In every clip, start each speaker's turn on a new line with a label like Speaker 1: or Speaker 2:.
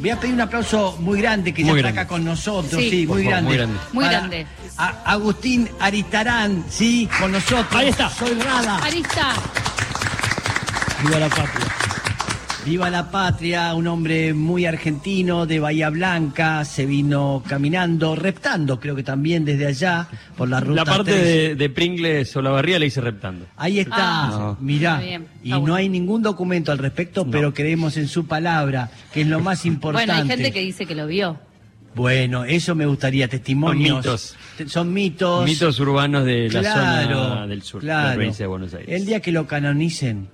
Speaker 1: Voy a pedir un aplauso muy grande que ya
Speaker 2: Muy
Speaker 1: está
Speaker 2: grande.
Speaker 1: acá con nosotros,
Speaker 3: Sí.
Speaker 1: sí,
Speaker 2: Por
Speaker 1: muy,
Speaker 2: favor,
Speaker 1: grande.
Speaker 2: muy grande.
Speaker 3: Muy
Speaker 1: Para
Speaker 3: grande.
Speaker 1: a- Agustín Aritarán, sí, con nosotros.
Speaker 2: Ahí está.
Speaker 1: Soy Rada.
Speaker 3: Ahí está.
Speaker 2: Viva la patria.
Speaker 1: Viva la patria, un hombre muy argentino de Bahía Blanca, se vino caminando, reptando, creo que también desde allá, por la ruta
Speaker 2: La parte
Speaker 1: 3.
Speaker 2: de, de Pringles o la barría la hice reptando.
Speaker 1: Ahí está,
Speaker 3: Ah,
Speaker 1: mirá.
Speaker 3: está bien, está
Speaker 1: y no
Speaker 3: bueno.
Speaker 1: hay ningún documento al respecto, pero creemos en su palabra, que es lo más importante.
Speaker 3: Bueno, hay gente que dice que lo vio.
Speaker 1: Bueno, eso me gustaría, testimonios.
Speaker 2: Son mitos.
Speaker 1: Te- Son mitos.
Speaker 2: Mitos urbanos de la
Speaker 1: Claro,
Speaker 2: zona del sur, de la
Speaker 1: claro.
Speaker 2: provincia de Buenos Aires.
Speaker 1: El día que lo canonicen,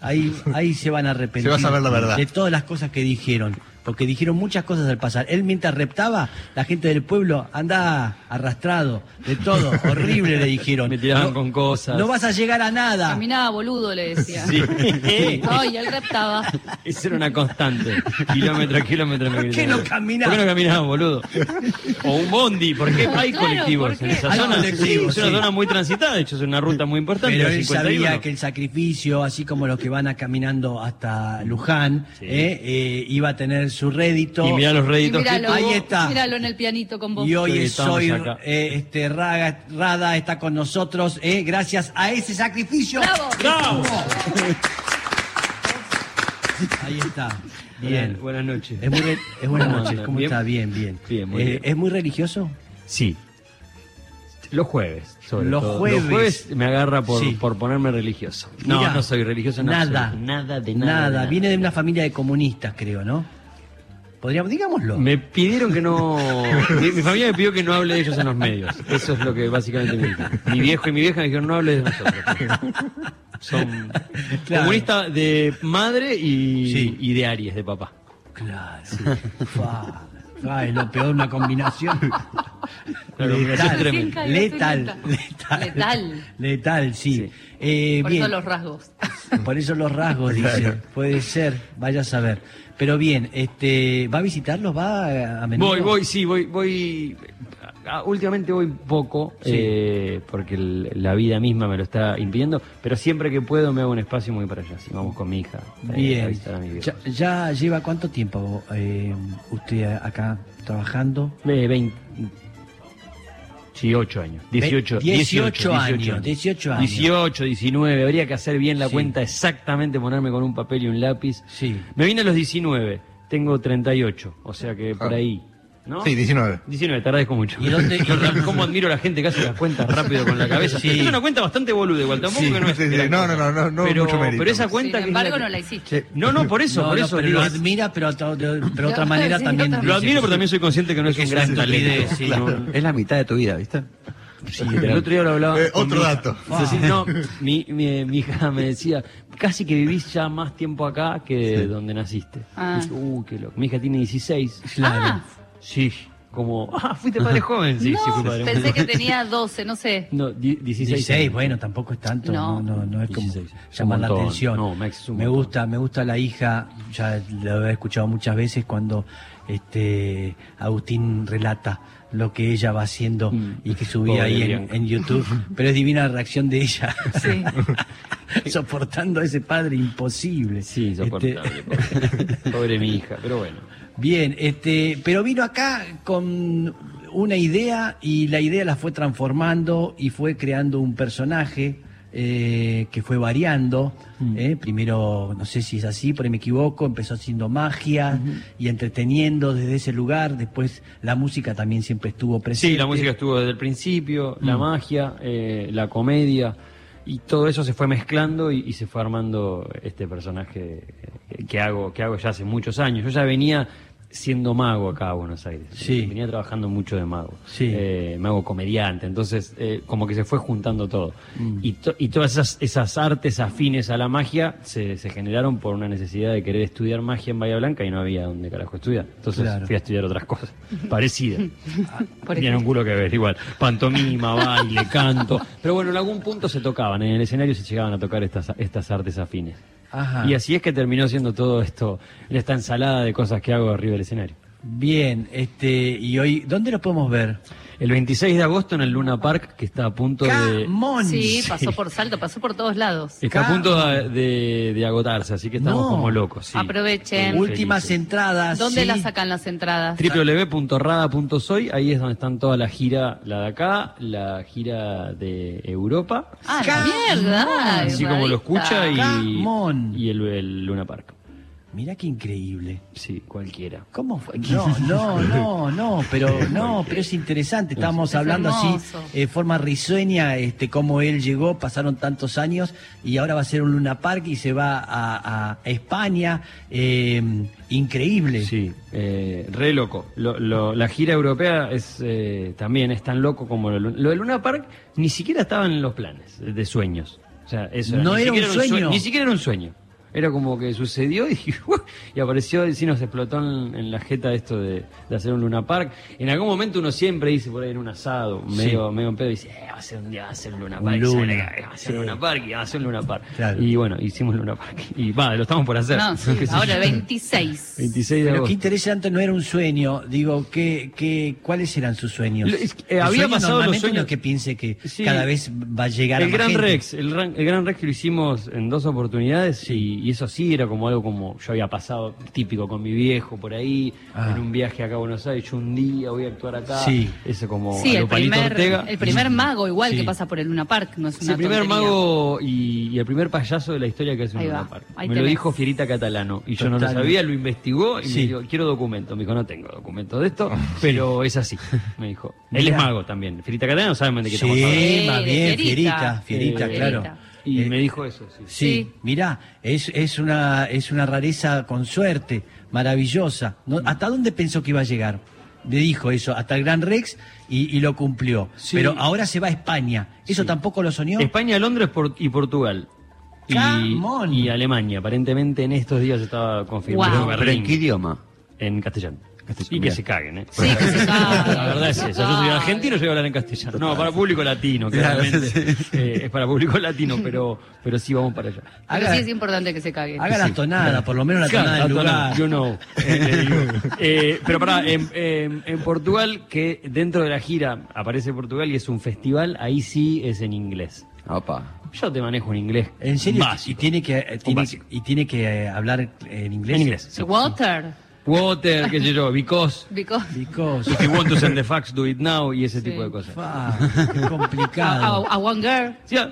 Speaker 1: ahí, ahí se van a arrepentir.
Speaker 4: Se va a saber la verdad.
Speaker 1: De todas las cosas que dijeron. Porque dijeron muchas cosas al pasar. Él mientras reptaba, la gente del pueblo andaba arrastrado, de todo, horrible le dijeron.
Speaker 2: Me tiraban con cosas.
Speaker 1: No vas a llegar a nada.
Speaker 3: Caminaba boludo, le decía.
Speaker 2: Ah. Sí.
Speaker 1: Eh.
Speaker 3: Ay, él reptaba.
Speaker 2: Eso era una constante. Kilómetro a kilómetro me
Speaker 1: ¿Por qué
Speaker 2: gritaban.
Speaker 1: no caminás?
Speaker 2: ¿Por qué no caminás, boludo? O un bondi, porque hay
Speaker 3: Claro,
Speaker 2: colectivos
Speaker 3: ¿por
Speaker 2: en
Speaker 3: qué?
Speaker 2: esa
Speaker 1: Hay
Speaker 2: zona.
Speaker 1: colectivos,
Speaker 2: es una
Speaker 1: sí.
Speaker 2: zona muy transitada, de hecho es una ruta muy importante.
Speaker 1: Pero
Speaker 2: la
Speaker 1: él
Speaker 2: 51.
Speaker 1: sabía que el sacrificio, así como los que van a caminando hasta Luján,
Speaker 2: Sí.
Speaker 1: eh, eh, iba a tener su rédito.
Speaker 2: Y mirá los
Speaker 3: Y
Speaker 2: réditos. que-
Speaker 3: míralo,
Speaker 1: Ahí
Speaker 3: vos,
Speaker 1: está.
Speaker 3: Míralo en el pianito con vos.
Speaker 1: Y hoy
Speaker 2: Sí,
Speaker 1: es
Speaker 2: estamos
Speaker 1: soy
Speaker 2: acá.
Speaker 1: eh, este, Raga- Rada está con nosotros, eh, gracias a ese sacrificio.
Speaker 3: ¡Bravo!
Speaker 2: ¡Bravo!
Speaker 1: Ahí está.
Speaker 2: Bien,
Speaker 1: Bien.
Speaker 2: buenas noches.
Speaker 1: Es, muy re- es buenas
Speaker 2: ¿Cómo
Speaker 1: noches,
Speaker 2: andan?
Speaker 1: ¿cómo
Speaker 2: ¿Bien?
Speaker 1: está? Bien, bien. Eh,
Speaker 2: Bien, muy bien.
Speaker 1: ¿Es muy religioso?
Speaker 2: Sí. Los jueves, sobre
Speaker 1: Los
Speaker 2: todo.
Speaker 1: jueves.
Speaker 2: Los jueves me agarra por,
Speaker 1: Sí.
Speaker 2: por ponerme religioso. No,
Speaker 1: Mirá.
Speaker 2: no soy religioso. no
Speaker 1: Nada.
Speaker 2: soy- nada de nada. de nada.
Speaker 1: Viene de una familia de comunistas, creo, ¿no? Podríamos, digámoslo.
Speaker 2: Me pidieron que no. Mi, mi familia me pidió que no hable de ellos en los medios. Eso es lo que básicamente me dijeron. Mi viejo y mi vieja me dijeron no hable de nosotros. Son
Speaker 1: Claro.
Speaker 2: comunistas de madre y,
Speaker 1: Sí.
Speaker 2: y de Aries, de papá.
Speaker 1: Claro. Fa. Fa, es lo peor, una combinación.
Speaker 2: La combinación
Speaker 1: Letal,
Speaker 2: es tremenda.
Speaker 1: letal, letal,
Speaker 3: Letal.
Speaker 1: Letal, sí.
Speaker 2: Sí.
Speaker 1: Eh,
Speaker 3: Por
Speaker 1: bien.
Speaker 3: eso los rasgos.
Speaker 1: Por eso los rasgos, dice. Puede ser, vaya a saber. Pero bien, este, ¿va a visitarlos? ¿Va a- a menudo?
Speaker 2: Voy, voy, sí, voy, voy. ah, Últimamente voy poco,
Speaker 1: Sí.
Speaker 2: eh, porque el- la vida misma me lo está impidiendo, pero siempre que puedo me hago un espacio muy para allá. Así vamos con mi hija. eh, a
Speaker 1: Bien.
Speaker 2: visitar a mi viejo.
Speaker 1: Ya, ya lleva cuánto tiempo eh, usted acá trabajando?
Speaker 2: Eh, 20 18 años. 18,
Speaker 1: 18 años, 18 años.
Speaker 2: 18, 19. Habría que hacer bien la
Speaker 1: Sí.
Speaker 2: cuenta exactamente, ponerme con un papel y un lápiz.
Speaker 1: Sí.
Speaker 2: Me vine a los 19. Tengo 38. O sea que por
Speaker 4: Ah.
Speaker 2: ahí. ¿No?
Speaker 4: Sí, 19.
Speaker 2: 19, te agradezco mucho.
Speaker 1: ¿Y dónde-
Speaker 2: Yo, ¿Cómo admiro a la gente que hace las cuentas rápido con la cabeza?
Speaker 1: Sí.
Speaker 2: Es una cuenta bastante boluda, igual tampoco
Speaker 4: Sí,
Speaker 2: que no es.
Speaker 4: sí, sí.
Speaker 2: gran
Speaker 4: No,
Speaker 2: cosa.
Speaker 4: no, no, no, no
Speaker 2: pero,
Speaker 4: mucho mérito.
Speaker 2: Pero esa
Speaker 4: Sin
Speaker 2: cuenta. que
Speaker 3: Sin
Speaker 2: es la
Speaker 3: embargo,
Speaker 2: que-
Speaker 3: no la hiciste.
Speaker 2: No, no, por eso,
Speaker 1: No,
Speaker 2: por
Speaker 1: no,
Speaker 2: eso.
Speaker 1: pero
Speaker 2: digo,
Speaker 1: lo admira, pero de, de- pero de otra manera
Speaker 3: Sí,
Speaker 1: también.
Speaker 3: otra-
Speaker 2: lo admiro, pero
Speaker 1: dice.
Speaker 2: también soy consciente que no es un
Speaker 1: Es
Speaker 2: gran
Speaker 1: una
Speaker 2: talento.
Speaker 1: estupidez, sí.
Speaker 2: No, no.
Speaker 5: Es la mitad de tu vida, ¿viste?
Speaker 2: Sí, el otro día lo hablaba.
Speaker 4: Eh,
Speaker 2: con
Speaker 4: otro
Speaker 2: mi hija.
Speaker 4: dato.
Speaker 2: O sea, sí, no, mi, mi- mi hija me decía, casi que vivís ya más tiempo acá que donde naciste.
Speaker 3: Ah.
Speaker 2: Y dije, "Uh, qué loco". Mi hija tiene 16.
Speaker 3: Claro. Ah.
Speaker 2: Sí, como, ah, fuiste padre joven. Sí, sí, fui padre
Speaker 3: no,
Speaker 2: muy
Speaker 3: pensé que
Speaker 2: joven.
Speaker 3: tenía 12, no sé.
Speaker 2: No, di- 16.
Speaker 1: 16,
Speaker 2: años.
Speaker 1: bueno, tampoco es tanto, no,
Speaker 3: No.
Speaker 1: no, no, es como
Speaker 2: 16, es un
Speaker 1: llamar la
Speaker 2: montón.
Speaker 1: atención.
Speaker 2: No, Max, es un
Speaker 1: me
Speaker 2: montón.
Speaker 1: gusta, me gusta la hija, ya lo he escuchado muchas veces cuando este Agustín relata lo que ella va haciendo
Speaker 2: Mm.
Speaker 1: y que subía
Speaker 2: Pobre
Speaker 1: ahí en,
Speaker 2: Bianca.
Speaker 1: en YouTube, pero es divina la reacción de ella.
Speaker 3: Sí.
Speaker 1: soportando a ese padre imposible.
Speaker 2: Sí,
Speaker 1: Este,
Speaker 2: insoportable. Pobre. Pobre mi hija, pero bueno.
Speaker 1: Bien, este, pero vino acá con una idea y la idea la fue transformando y fue creando un personaje eh, que fue variando.
Speaker 2: Mm.
Speaker 1: ¿eh? Primero, no sé si es así, por ahí me equivoco, empezó haciendo magia y entreteniendo desde ese lugar. Después la música también siempre estuvo presente. Mm.
Speaker 2: Sí, la música estuvo desde el principio, la magia, eh, la comedia, y todo eso se fue mezclando y, y se fue armando este personaje eh, que hago, que hago ya hace muchos años. Yo ya venía siendo mago acá a Buenos Aires.
Speaker 1: Sí.
Speaker 2: Venía trabajando mucho de mago.
Speaker 1: Sí.
Speaker 2: Eh, mago comediante. Entonces, eh, como que se fue juntando todo.
Speaker 1: Mm.
Speaker 2: Y, to- y todas esas, esas artes afines a la magia se, se generaron por una necesidad de querer estudiar magia en Bahía Blanca y no había donde carajo estudiar. Entonces
Speaker 1: Claro.
Speaker 2: fui a estudiar otras cosas parecidas.
Speaker 3: Por
Speaker 2: Tiene un culo que ver, igual. Pantomima, baile, canto. Pero bueno, en algún punto se tocaban, ¿eh? en el escenario se llegaban a tocar estas, estas artes afines.
Speaker 1: Ajá.
Speaker 2: Y así es que terminó siendo todo esto, esta ensalada de cosas que hago arriba del escenario.
Speaker 1: Bien, este, y hoy, ¿dónde lo podemos ver?
Speaker 2: el 26 de agosto en el Luna Park, que está a punto de.
Speaker 1: Camón.
Speaker 3: Sí, pasó por Salto, pasó por todos lados.
Speaker 2: Está a
Speaker 1: Cam-
Speaker 2: punto de, de- de agotarse, así que estamos
Speaker 1: No.
Speaker 2: como locos. sí.
Speaker 3: Aprovechen.
Speaker 2: Muy
Speaker 1: Últimas
Speaker 2: felices.
Speaker 1: entradas.
Speaker 3: ¿Dónde
Speaker 1: sí.
Speaker 3: las sacan las entradas?
Speaker 2: www.rada.soy, ahí es donde están toda la gira, la de acá, la gira de Europa,
Speaker 3: Ah, la
Speaker 1: Camón.
Speaker 3: mierda.
Speaker 2: así como lo escucha y,
Speaker 1: Camón.
Speaker 2: y el, el Luna Park.
Speaker 1: Mirá qué increíble.
Speaker 2: Sí, cualquiera.
Speaker 1: ¿Cómo fue? No, no, no, no, pero no, pero es interesante. Estábamos
Speaker 3: Es
Speaker 1: hablando así,
Speaker 3: hermoso.
Speaker 1: eh, forma risueña, este, cómo él llegó, pasaron tantos años y ahora va a ser un Luna Park y se va a, a España. eh, increíble.
Speaker 2: Sí, eh, re loco. Lo- lo- la gira europea es eh, también es tan loco como lo, lo de Luna Park. Ni siquiera estaba en los planes de sueños. O sea, eso
Speaker 1: No
Speaker 2: ni
Speaker 1: era
Speaker 2: siquiera
Speaker 1: un sueño.
Speaker 2: Ni siquiera era un sueño. Era como que sucedió y, y apareció y sí nos explotó en, en la jeta esto de, de hacer un Luna Park. En algún momento uno siempre dice por ahí en un asado, medio, medio en pedo, dice, eh, va a ser un día, va a ser un Luna
Speaker 1: Un
Speaker 2: Park, y se
Speaker 1: Luna.
Speaker 2: van a cagar, va a ser un
Speaker 1: Sí.
Speaker 2: Luna Park, y va a ser un Luna Park.
Speaker 1: Claro.
Speaker 2: Y bueno, hicimos Luna Park. Y va, lo estamos por hacer.
Speaker 3: No, sí,
Speaker 2: Qué sé
Speaker 3: ahora
Speaker 2: yo.
Speaker 3: 26.
Speaker 2: 26 de
Speaker 1: Pero
Speaker 2: agosto.
Speaker 1: qué interesante, no era un sueño. Digo, ¿qué, qué, ¿cuáles eran sus sueños?
Speaker 2: Lo- es que, eh,
Speaker 1: El
Speaker 2: había
Speaker 1: sueño
Speaker 2: pasado los
Speaker 1: normalmente uno
Speaker 2: sueños-
Speaker 1: que piense que
Speaker 2: Sí.
Speaker 1: cada vez va a llegar a
Speaker 2: El
Speaker 1: más
Speaker 2: Gran
Speaker 1: gente.
Speaker 2: Rex, el, ran- el Gran Rex que lo hicimos en dos oportunidades y, y eso sí era como algo como yo había pasado típico con mi viejo por ahí,
Speaker 1: Ah.
Speaker 2: en un viaje acá a Buenos Aires, yo un día voy a actuar acá,
Speaker 1: Sí.
Speaker 2: ese como
Speaker 3: Sí,
Speaker 2: a lo
Speaker 3: el
Speaker 2: Palito
Speaker 3: primer,
Speaker 2: Ortega.
Speaker 3: el primer mago igual
Speaker 2: Sí.
Speaker 3: que pasa por el Luna Park, no es
Speaker 2: Sí,
Speaker 3: una
Speaker 2: el primer
Speaker 3: tontería.
Speaker 2: mago y, y el primer payaso de la historia que hace un
Speaker 3: Ahí va,
Speaker 2: Luna Park. Me
Speaker 3: ahí
Speaker 2: lo
Speaker 3: tenés.
Speaker 2: dijo Fierita Catalano y yo no lo
Speaker 1: Total.
Speaker 2: sabía, lo investigó y
Speaker 1: Sí. Ah,
Speaker 2: me dijo, quiero documentos. Me dijo, no tengo documentos de esto, pero es así, me dijo. Él
Speaker 1: Mirá.
Speaker 2: es mago también. Fierita Catalano saben de qué estamos hablando.
Speaker 1: Sí,
Speaker 3: Sí,
Speaker 1: más
Speaker 3: de
Speaker 1: bien, fierita,
Speaker 3: Fierita.
Speaker 1: fierita,
Speaker 2: Eh,
Speaker 1: claro.
Speaker 2: Y
Speaker 1: Eh,
Speaker 2: me dijo eso, sí.
Speaker 1: Sí,
Speaker 3: Sí.
Speaker 1: mirá, es, es, una, es una rareza con suerte, maravillosa. ¿no?
Speaker 2: Mm.
Speaker 1: ¿Hasta dónde pensó que iba a llegar? Le dijo eso, hasta el Gran Rex y, y lo cumplió.
Speaker 2: Sí.
Speaker 1: Pero ahora se va a España. ¿Eso
Speaker 2: Sí.
Speaker 1: tampoco lo soñó?
Speaker 2: España, Londres por- y Portugal. Y,
Speaker 1: Camón.
Speaker 2: y Alemania. Aparentemente en estos días estaba confirmado.
Speaker 3: Guau.
Speaker 4: ¿Pero en
Speaker 2: Berlín,
Speaker 4: qué idioma?
Speaker 2: en castellano.
Speaker 4: Castellano,
Speaker 2: Y que
Speaker 4: bien.
Speaker 2: se caguen, ¿eh?
Speaker 3: Sí, que se caguen.
Speaker 2: La verdad es eso. Yo soy argentino, yo voy a hablar en castellano. No, para público latino,
Speaker 4: Claro,
Speaker 2: claramente.
Speaker 4: sí.
Speaker 2: Eh, es para público latino, pero, pero sí vamos para allá.
Speaker 3: Pero
Speaker 1: Haga-
Speaker 3: sí es importante que se cague.
Speaker 1: Haga la tonada, por lo menos la tonada del
Speaker 2: Claro,
Speaker 1: lugar.
Speaker 2: You know. Eh, te digo. Eh, pero pará, en, en- en Portugal, que dentro de la gira aparece Portugal y es un festival, ahí sí es en inglés.
Speaker 4: Opa.
Speaker 2: Yo te manejo en inglés.
Speaker 1: ¿En serio?
Speaker 2: Básico.
Speaker 1: ¿Y tiene que, eh, tiene-
Speaker 2: básico.
Speaker 1: y tiene que eh, hablar en inglés?
Speaker 2: En inglés. sí.
Speaker 3: Water,
Speaker 2: Water, qué sé yo, because,
Speaker 3: because...
Speaker 1: Because-
Speaker 2: if you want to send the fax, do it now, y ese
Speaker 3: Sí.
Speaker 2: tipo de cosas.
Speaker 1: Fa, qué complicado.
Speaker 3: A, a- a one girl.
Speaker 2: ¿Sí? ah?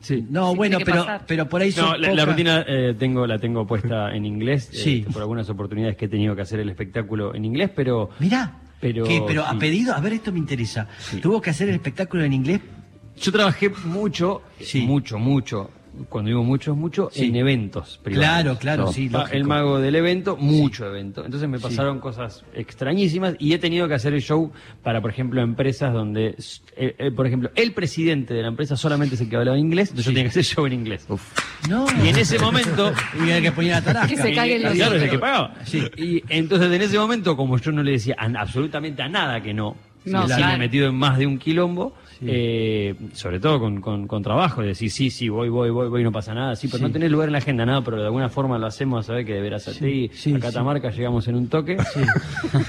Speaker 2: Sí.
Speaker 1: No,
Speaker 3: Sí,
Speaker 1: bueno,
Speaker 3: tiene que
Speaker 1: pero,
Speaker 3: pasar.
Speaker 1: pero por ahí
Speaker 2: No,
Speaker 1: son
Speaker 2: la, la
Speaker 1: pocas-
Speaker 2: rutina eh, tengo, la tengo puesta en inglés, eh,
Speaker 1: Sí.
Speaker 2: por algunas oportunidades que he tenido que hacer el espectáculo en inglés, pero...
Speaker 1: Mirá,
Speaker 2: Pero,
Speaker 1: que, pero a
Speaker 2: sí.
Speaker 1: pedido, a ver, esto me interesa. ¿Tuvo que hacer el espectáculo en inglés?
Speaker 2: Yo trabajé mucho,
Speaker 1: Sí.
Speaker 2: mucho, mucho, cuando digo mucho, es mucho,
Speaker 1: Sí.
Speaker 2: en eventos privados.
Speaker 1: Claro, claro, sí,
Speaker 2: pa-
Speaker 1: lógico.
Speaker 2: El mago del evento, mucho evento. Entonces me pasaron cosas extrañísimas y he tenido que hacer el show para, por ejemplo, empresas donde, s- eh, eh, por ejemplo, el presidente de la empresa solamente es el que hablaba inglés, entonces yo tenía que hacer show en inglés.
Speaker 1: No.
Speaker 2: Y en ese momento...
Speaker 1: Y hay que poner la tarasca.
Speaker 3: Que se cague el
Speaker 2: Eh, claro, es el que
Speaker 3: otro.
Speaker 2: pagaba. Y entonces en ese momento, como yo no le decía a- absolutamente a nada que no,
Speaker 3: No,
Speaker 2: no me
Speaker 3: claro.
Speaker 2: metido en más de un quilombo, eh, sobre todo con, con, con trabajo, de decir sí, sí, voy, voy, voy, voy, no pasa nada, sí, pero no tenés lugar en la agenda, nada, pero de alguna forma lo hacemos, saber que de Verazategui
Speaker 1: sí,
Speaker 2: a Catamarca llegamos en un toque.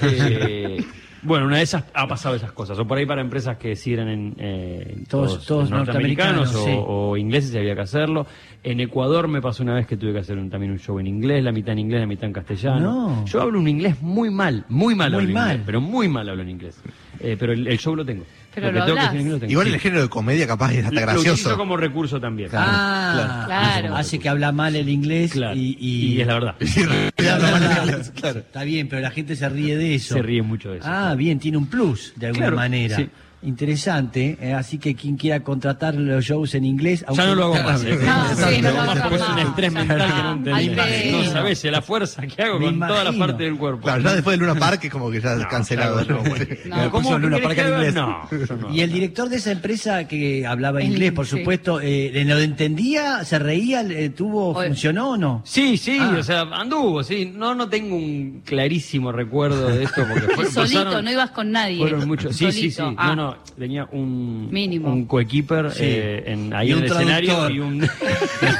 Speaker 2: Eh, bueno, una de esas ha pasado esas cosas, o por ahí para empresas que sirven en eh,
Speaker 1: Todos- todos norteamericanos,
Speaker 2: o-
Speaker 1: sí.
Speaker 2: o o ingleses y había que hacerlo. En Ecuador me pasó una vez que tuve que hacer un- también un show en inglés, la mitad en inglés, la mitad en castellano.
Speaker 1: No.
Speaker 2: Yo hablo un inglés muy mal, muy mal
Speaker 1: Muy
Speaker 2: hablo
Speaker 1: mal.
Speaker 2: inglés, pero muy mal hablo en inglés. Eh, pero el, el show lo tengo.
Speaker 3: Pero
Speaker 2: que tengo
Speaker 3: lo
Speaker 2: que
Speaker 3: hablás.
Speaker 2: hacer en inglés lo tengo.
Speaker 4: Igual
Speaker 2: Sí.
Speaker 4: el género de comedia capaz es hasta
Speaker 2: Lo- lo utilizo
Speaker 4: gracioso.
Speaker 2: como recurso también.
Speaker 1: Ah,
Speaker 3: Claro.
Speaker 1: Hace que habla mal el inglés
Speaker 2: Claro.
Speaker 1: y,
Speaker 2: Y es la verdad.
Speaker 1: Es la verdad.
Speaker 4: Claro.
Speaker 1: Está bien, pero la gente se ríe de eso.
Speaker 2: Se ríe mucho de eso.
Speaker 1: Ah, bien, tiene un plus de alguna
Speaker 2: Claro,
Speaker 1: manera.
Speaker 2: sí.
Speaker 1: Interesante, eh, así que quien quiera contratar los shows en inglés,
Speaker 2: Ya no lo hago más. eh.
Speaker 1: Ah,
Speaker 3: No, Ah, sí, no lo hago
Speaker 2: Porque es un
Speaker 3: más.
Speaker 2: estrés
Speaker 3: Ya
Speaker 2: mental
Speaker 3: está.
Speaker 2: que no entendés.
Speaker 3: Ahí
Speaker 2: No
Speaker 3: te-
Speaker 2: sabés la fuerza que hago
Speaker 1: Me
Speaker 2: con toda la
Speaker 1: imagino.
Speaker 2: parte del cuerpo.
Speaker 4: Claro, ya después del Luna Park es como que ya
Speaker 2: No,
Speaker 4: cancelado.
Speaker 2: claro, no, bueno.
Speaker 3: No.
Speaker 2: ¿Cómo
Speaker 4: Puso Luna
Speaker 2: querés
Speaker 4: Park
Speaker 2: que
Speaker 4: en
Speaker 2: haga?
Speaker 4: inglés.
Speaker 2: No, yo no.
Speaker 1: Y el director de esa empresa que hablaba
Speaker 3: El-
Speaker 1: inglés, por
Speaker 3: sí.
Speaker 1: supuesto, eh, ¿lo entendía? ¿Se reía? eh, ¿Tuvo,
Speaker 3: Oye.
Speaker 1: funcionó o no?
Speaker 2: Sí, sí,
Speaker 1: Ah.
Speaker 2: o sea, anduvo, sí. No, no tengo un clarísimo recuerdo de esto porque
Speaker 3: Tú
Speaker 2: fueron,
Speaker 3: solito,
Speaker 2: pasaron-
Speaker 3: no ibas con nadie.
Speaker 2: fueron muchos. Sí, sí, sí.
Speaker 3: Solito. Ah.
Speaker 2: No, no, tenía un,
Speaker 3: Mínimo.
Speaker 2: un coequiper
Speaker 1: Sí.
Speaker 2: eh, en, ahí
Speaker 1: Y
Speaker 2: en
Speaker 1: un
Speaker 2: el escenario
Speaker 1: traductor.
Speaker 2: y un,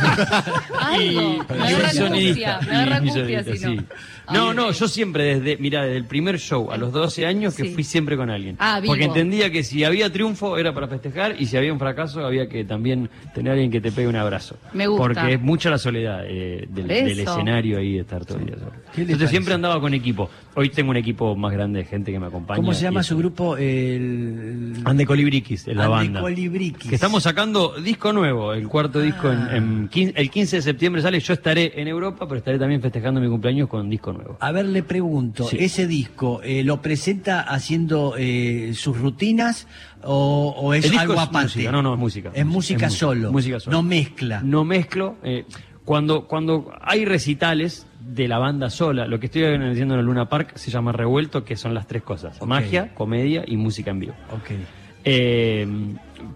Speaker 3: Ah, Algo. Me
Speaker 2: y un
Speaker 3: agarra angustia,
Speaker 2: sonidista.
Speaker 3: me agarra
Speaker 2: Y- y
Speaker 3: angustia si
Speaker 2: sonidista,
Speaker 3: no.
Speaker 2: sí. No, no, yo siempre desde, mira, desde el primer show a los 12 años que
Speaker 3: Sí.
Speaker 2: fui siempre con alguien.
Speaker 3: Ah, vivo.
Speaker 2: Porque entendía que si había triunfo era para festejar y si había un fracaso había que también tener a alguien que te pegue un abrazo.
Speaker 3: Me gusta.
Speaker 2: Porque es mucha la soledad eh, del,
Speaker 3: Por eso.
Speaker 2: del escenario ahí de estar todo el día solo.
Speaker 1: ¿Qué le
Speaker 2: Entonces
Speaker 1: parece?
Speaker 2: siempre andaba con equipo. Hoy tengo un equipo más grande de gente que me acompaña.
Speaker 1: ¿Cómo se
Speaker 2: y
Speaker 1: llama
Speaker 2: eso.
Speaker 1: su grupo? El...
Speaker 2: Ande Colibriquis, en la banda.
Speaker 1: Andecolibríquis.
Speaker 2: Que estamos sacando disco nuevo, el cuarto disco en,
Speaker 1: Ah.
Speaker 2: en quin- el 15 de septiembre sale. Yo estaré en Europa, pero estaré también festejando mi cumpleaños con disco nuevo.
Speaker 1: A ver, le pregunto,
Speaker 2: Sí.
Speaker 1: ¿ese disco eh, lo presenta haciendo eh, sus rutinas o, o es
Speaker 2: el disco
Speaker 1: algo
Speaker 2: es
Speaker 1: aparte?
Speaker 2: música, no, no, es música.
Speaker 1: Es música solo,
Speaker 2: música solo.
Speaker 1: no mezcla.
Speaker 2: No mezclo. eh, cuando, cuando hay recitales de la banda sola, lo que estoy haciendo en el Luna Park se llama Revuelto, que son las tres cosas:
Speaker 1: Ok.
Speaker 2: magia, comedia y música en vivo.
Speaker 1: Ok.
Speaker 2: Eh,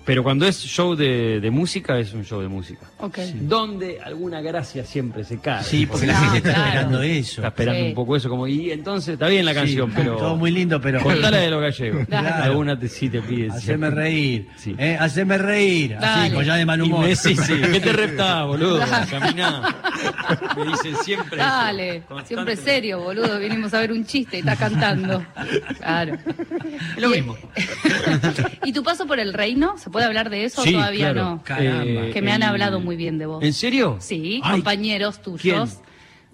Speaker 2: pero cuando es show de, de música, es un show de música.
Speaker 3: Ok.
Speaker 2: Donde alguna gracia siempre se cae.
Speaker 1: Mm. Sí, porque la
Speaker 3: No,
Speaker 1: gente está
Speaker 3: claro.
Speaker 1: esperando eso.
Speaker 2: Está esperando
Speaker 3: Sí.
Speaker 2: un poco eso, como, y entonces está bien la
Speaker 1: Sí,
Speaker 2: canción, pero.
Speaker 1: Todo muy lindo, pero...
Speaker 2: Contala de los gallegos.
Speaker 3: Dale.
Speaker 2: Alguna te, sí te pide. sí.
Speaker 1: Haceme reír,
Speaker 2: Sí.
Speaker 1: eh, haceme reír, así,
Speaker 3: Dale.
Speaker 1: con ya de mal
Speaker 2: Y
Speaker 1: humor.
Speaker 2: me decís, sí, ¿qué te reptás, boludo? Caminá. Me dicen siempre. eso,
Speaker 3: Dale, siempre
Speaker 2: constantemente.
Speaker 3: serio, boludo. Vinimos a ver un chiste y está cantando. Claro.
Speaker 2: Lo mismo.
Speaker 3: ¿Y tu paso por el reino? ¿Se puede hablar de eso
Speaker 2: Sí,
Speaker 3: o todavía
Speaker 2: claro.
Speaker 3: no?
Speaker 1: Caramba.
Speaker 3: Que me han
Speaker 2: el-
Speaker 3: hablado muy bien de vos.
Speaker 2: ¿En serio?
Speaker 3: Sí,
Speaker 2: Ay,
Speaker 3: compañeros
Speaker 2: ¿Quién?
Speaker 3: tuyos.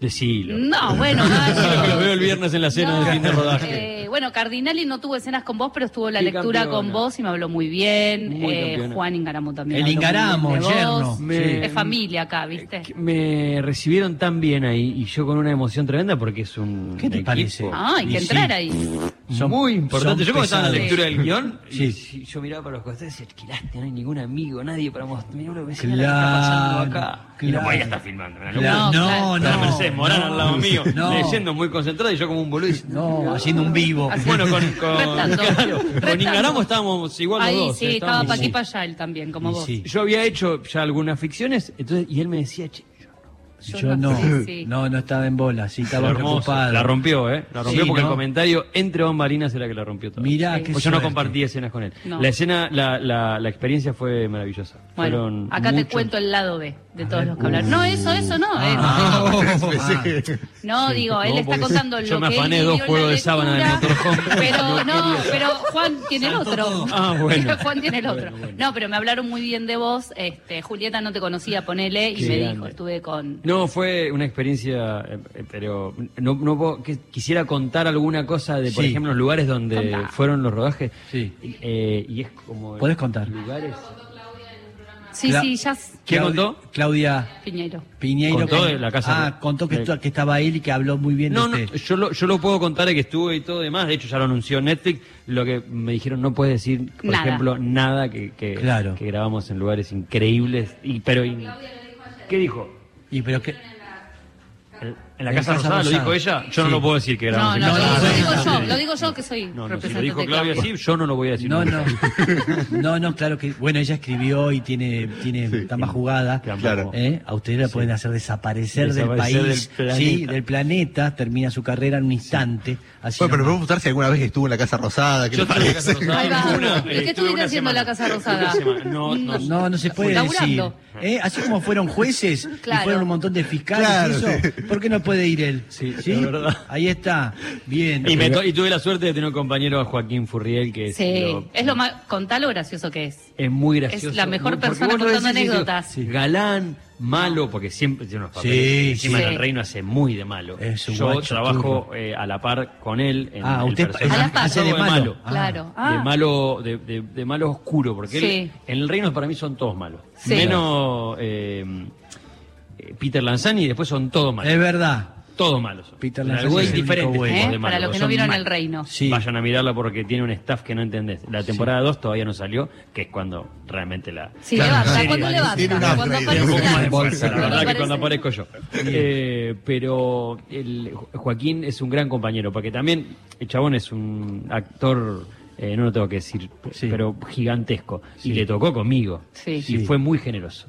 Speaker 2: Decilo.
Speaker 3: No, bueno, Gallo.
Speaker 2: Que lo veo el viernes en la cena de fin de rodaje.
Speaker 3: eh, bueno, Cardinali no tuvo escenas con vos, pero estuvo la
Speaker 2: Qué
Speaker 3: lectura
Speaker 2: campeona.
Speaker 3: con vos y me habló muy bien.
Speaker 2: Muy
Speaker 3: Eh,
Speaker 2: campeona.
Speaker 3: Juan Ingaramo
Speaker 1: El
Speaker 3: también. habló muy
Speaker 1: Ingaramo,
Speaker 3: bien de
Speaker 1: el
Speaker 3: vos.
Speaker 1: yerno.
Speaker 2: Me-
Speaker 3: Es familia acá, ¿viste?
Speaker 2: Que Me recibieron tan bien ahí y yo con una emoción tremenda porque es un.
Speaker 1: ¿Qué te
Speaker 2: equipo.
Speaker 1: parece?
Speaker 3: Ah, hay
Speaker 2: Y
Speaker 3: que
Speaker 2: sí,
Speaker 3: entrar ahí.
Speaker 2: Son muy
Speaker 1: son
Speaker 2: importantes. Yo cuando estaba en la
Speaker 1: pesados.
Speaker 2: lectura del guión,
Speaker 1: Sí.
Speaker 2: y- y yo miraba para los costados y decía, "Quilaste, no hay ningún amigo, nadie para mostrar. Mirá lo que se
Speaker 1: Claro,
Speaker 2: está pasando acá. Y
Speaker 1: claro.
Speaker 2: no podía estar filmando. era
Speaker 1: Claro,
Speaker 2: loco.
Speaker 3: No,
Speaker 1: No, no,
Speaker 3: claro.
Speaker 2: Estaba Mercedes Morán
Speaker 1: no,
Speaker 2: al lado mío,
Speaker 1: no,
Speaker 2: leyendo muy concentrado y yo como un boludo. diciendo,
Speaker 1: no, haciendo un vivo.
Speaker 2: Ah, Bueno, con, con,
Speaker 3: Retando.
Speaker 2: claro, con
Speaker 3: Retando.
Speaker 2: Ingaramo estábamos igual
Speaker 3: Ahí
Speaker 2: los dos.
Speaker 3: sí,
Speaker 2: eh,
Speaker 3: estaba
Speaker 2: estábamos
Speaker 3: pa' aquí
Speaker 2: muy-
Speaker 3: para allá él también, como
Speaker 1: Y
Speaker 3: vos.
Speaker 1: sí.
Speaker 2: Yo había hecho ya algunas ficciones, entonces, y él me decía, che,
Speaker 1: Yo no,
Speaker 3: Sí, sí.
Speaker 1: no, no estaba en bola, sí, estaba
Speaker 2: hermoso.
Speaker 1: preocupado.
Speaker 2: La rompió, ¿eh? La rompió
Speaker 1: Sí,
Speaker 2: porque
Speaker 1: ¿no?
Speaker 2: el comentario entre bambalinas era que la rompió todo.
Speaker 1: Mirá,
Speaker 3: Sí.
Speaker 1: qué
Speaker 2: Pues yo no
Speaker 1: suerte.
Speaker 2: compartí escenas con él.
Speaker 3: No.
Speaker 2: La escena, la, la, la experiencia fue maravillosa.
Speaker 3: Bueno,
Speaker 2: Fueron
Speaker 3: acá te
Speaker 2: muchos-
Speaker 3: cuento el lado B de todos los que hablaron. No, eso, eso no. eh,
Speaker 1: Ah.
Speaker 3: No, digo, él
Speaker 2: No,
Speaker 3: está
Speaker 2: porque
Speaker 3: contando
Speaker 2: yo
Speaker 3: lo
Speaker 2: me
Speaker 3: que él
Speaker 2: afané
Speaker 3: vivió
Speaker 2: dos
Speaker 3: en la
Speaker 2: juegos de
Speaker 3: lectura,
Speaker 2: sábana de Motorhome.
Speaker 3: Pero no, pero Juan tiene el otro.
Speaker 2: Ah, bueno.
Speaker 3: Juan tiene el otro.
Speaker 2: Bueno, bueno.
Speaker 3: No, pero me hablaron muy bien de vos. Este, Julieta no te conocía, ponele, y
Speaker 2: Qué
Speaker 3: me
Speaker 2: grande.
Speaker 3: dijo, estuve con...
Speaker 2: No, fue una experiencia, eh, eh, pero no, no puedo- que- quisiera contar alguna cosa de, por
Speaker 1: Sí.
Speaker 2: ejemplo, los lugares donde
Speaker 3: Contá.
Speaker 2: fueron los rodajes.
Speaker 1: Sí.
Speaker 2: Eh, y es como...
Speaker 1: ¿Podés contar?
Speaker 2: Lugares...
Speaker 3: Sí,
Speaker 1: Cla-
Speaker 3: sí, ya es
Speaker 2: ¿Quién
Speaker 1: Claudia-
Speaker 2: contó?
Speaker 1: Claudia
Speaker 3: Piñeiro.
Speaker 1: Piñeiro.
Speaker 2: Contó
Speaker 1: que-
Speaker 2: de la casa.
Speaker 1: Ah, contó que,
Speaker 2: De-
Speaker 1: estu- que estaba él y que habló muy bien
Speaker 2: No, no,
Speaker 1: de usted.
Speaker 2: yo lo, yo lo puedo contar de que estuve y todo demás. De hecho, ya lo anunció Netflix. Lo que me dijeron, no puedes decir, por
Speaker 3: Nada.
Speaker 2: ejemplo, nada que, que,
Speaker 1: Claro.
Speaker 2: que grabamos en lugares increíbles. Y, pero, in- ¿Qué dijo?
Speaker 1: Y pero que...
Speaker 2: ¿En en la
Speaker 1: En
Speaker 2: Casa,
Speaker 1: Casa
Speaker 2: Rosada,
Speaker 1: Rosada.
Speaker 2: lo dijo ella? Yo no
Speaker 1: Sí.
Speaker 2: lo puedo decir que
Speaker 3: No,
Speaker 2: grabamos
Speaker 3: no,
Speaker 2: en Casa
Speaker 1: no,
Speaker 3: lo
Speaker 2: Rosada.
Speaker 1: no,
Speaker 3: digo
Speaker 1: no,
Speaker 3: yo,
Speaker 1: no,
Speaker 3: lo digo yo que soy
Speaker 2: No, no, si lo
Speaker 3: representante
Speaker 2: dijo
Speaker 3: de
Speaker 2: Claudia
Speaker 3: Claudia.
Speaker 2: así, yo no lo voy a decir.
Speaker 1: No, no. No, no, claro que... Bueno, ella escribió y tiene, tiene está más jugada.
Speaker 2: Tampoco.
Speaker 4: Claro.
Speaker 1: ¿eh? A ustedes la pueden hacer desaparecer,
Speaker 2: Desaparecer
Speaker 1: del país,
Speaker 2: del planeta.
Speaker 1: sí, del planeta, termina su carrera en un instante. Así
Speaker 4: Bueno, pero
Speaker 1: nomás.
Speaker 4: me preguntar si alguna vez estuvo en la Casa Rosada. ¿Qué
Speaker 2: Yo
Speaker 4: le
Speaker 2: estuve en la
Speaker 4: parece?
Speaker 2: Casa Rosada.
Speaker 3: Ahí va.
Speaker 2: una,
Speaker 3: ¿Y
Speaker 2: eh,
Speaker 3: qué
Speaker 2: estuve
Speaker 3: estuviste
Speaker 2: una
Speaker 3: haciendo en
Speaker 2: semana.
Speaker 3: la Casa Rosada?
Speaker 2: Una semana. No, no,
Speaker 3: No.
Speaker 1: No, no se puede decir.
Speaker 3: Laburando.
Speaker 1: ¿Eh? Así como fueron jueces
Speaker 3: Claro.
Speaker 1: y fueron un montón de fiscales
Speaker 4: Claro,
Speaker 1: y eso,
Speaker 4: sí.
Speaker 1: ¿por qué no puede ir él?
Speaker 2: Sí, es verdad.
Speaker 1: Ahí está. Bien.
Speaker 2: Y, me to- y tuve la suerte de tener un compañero a Joaquín Furriel que es
Speaker 3: Sí,
Speaker 2: lo-
Speaker 3: es lo más... Contá lo gracioso que es.
Speaker 2: Es muy gracioso.
Speaker 3: Es la mejor
Speaker 2: Porque
Speaker 3: persona
Speaker 2: vos lo
Speaker 3: contando
Speaker 2: decís y digo,
Speaker 3: anécdotas.
Speaker 2: sí, Galán, malo, porque siempre tiene unos papeles.
Speaker 1: Sí,
Speaker 2: Encima
Speaker 3: sí.
Speaker 2: en el reino hace muy de malo.
Speaker 1: Es un
Speaker 2: Yo
Speaker 1: guacho
Speaker 2: trabajo eh, a la par con él. En
Speaker 1: Ah,
Speaker 2: el
Speaker 1: usted
Speaker 2: personaje.
Speaker 3: A la par. hace de
Speaker 2: Yo hago
Speaker 1: malo. Ah.
Speaker 3: Claro.
Speaker 2: De
Speaker 3: Ah.
Speaker 2: malo, de, de- de malo oscuro, porque él-
Speaker 3: Sí.
Speaker 2: en el reino para mí son todos malos.
Speaker 3: Sí.
Speaker 2: Menos eh, eh, Peter Lanzani y después son todos malos.
Speaker 1: Ah, Es verdad.
Speaker 2: Todos malos. son.
Speaker 1: Eh, Peter
Speaker 2: Pero
Speaker 1: Lanzani
Speaker 2: algo
Speaker 1: es el único
Speaker 2: diferente
Speaker 1: bueno.
Speaker 2: tipos
Speaker 3: ¿Eh?
Speaker 2: de
Speaker 3: Para
Speaker 2: malos,
Speaker 3: los que no
Speaker 2: son
Speaker 3: vieron
Speaker 2: mal.
Speaker 3: el reino.
Speaker 1: Sí.
Speaker 2: Vayan a mirarla porque tiene un staff que no entendés. La temporada 2 todavía no salió, que es cuando realmente la...
Speaker 3: Sí,
Speaker 4: Claro,
Speaker 3: levanta,
Speaker 4: sí,
Speaker 3: ¿cuándo
Speaker 4: vale.
Speaker 3: levanta?
Speaker 4: Tiene una
Speaker 3: ¿Cuándo
Speaker 4: reina.
Speaker 2: Tiene un poco más de
Speaker 3: aparece?
Speaker 2: fuerza, la
Speaker 3: Cuando
Speaker 2: verdad que cuando
Speaker 3: aparece.
Speaker 2: aparezco yo. Eh, pero el, Jo- Joaquín es un gran compañero, porque también el chabón es un actor, eh, no lo tengo que decir,
Speaker 1: Sí.
Speaker 2: pero gigantesco. Y le tocó conmigo.
Speaker 3: Sí.
Speaker 2: Y
Speaker 3: Sí.
Speaker 2: fue muy generoso,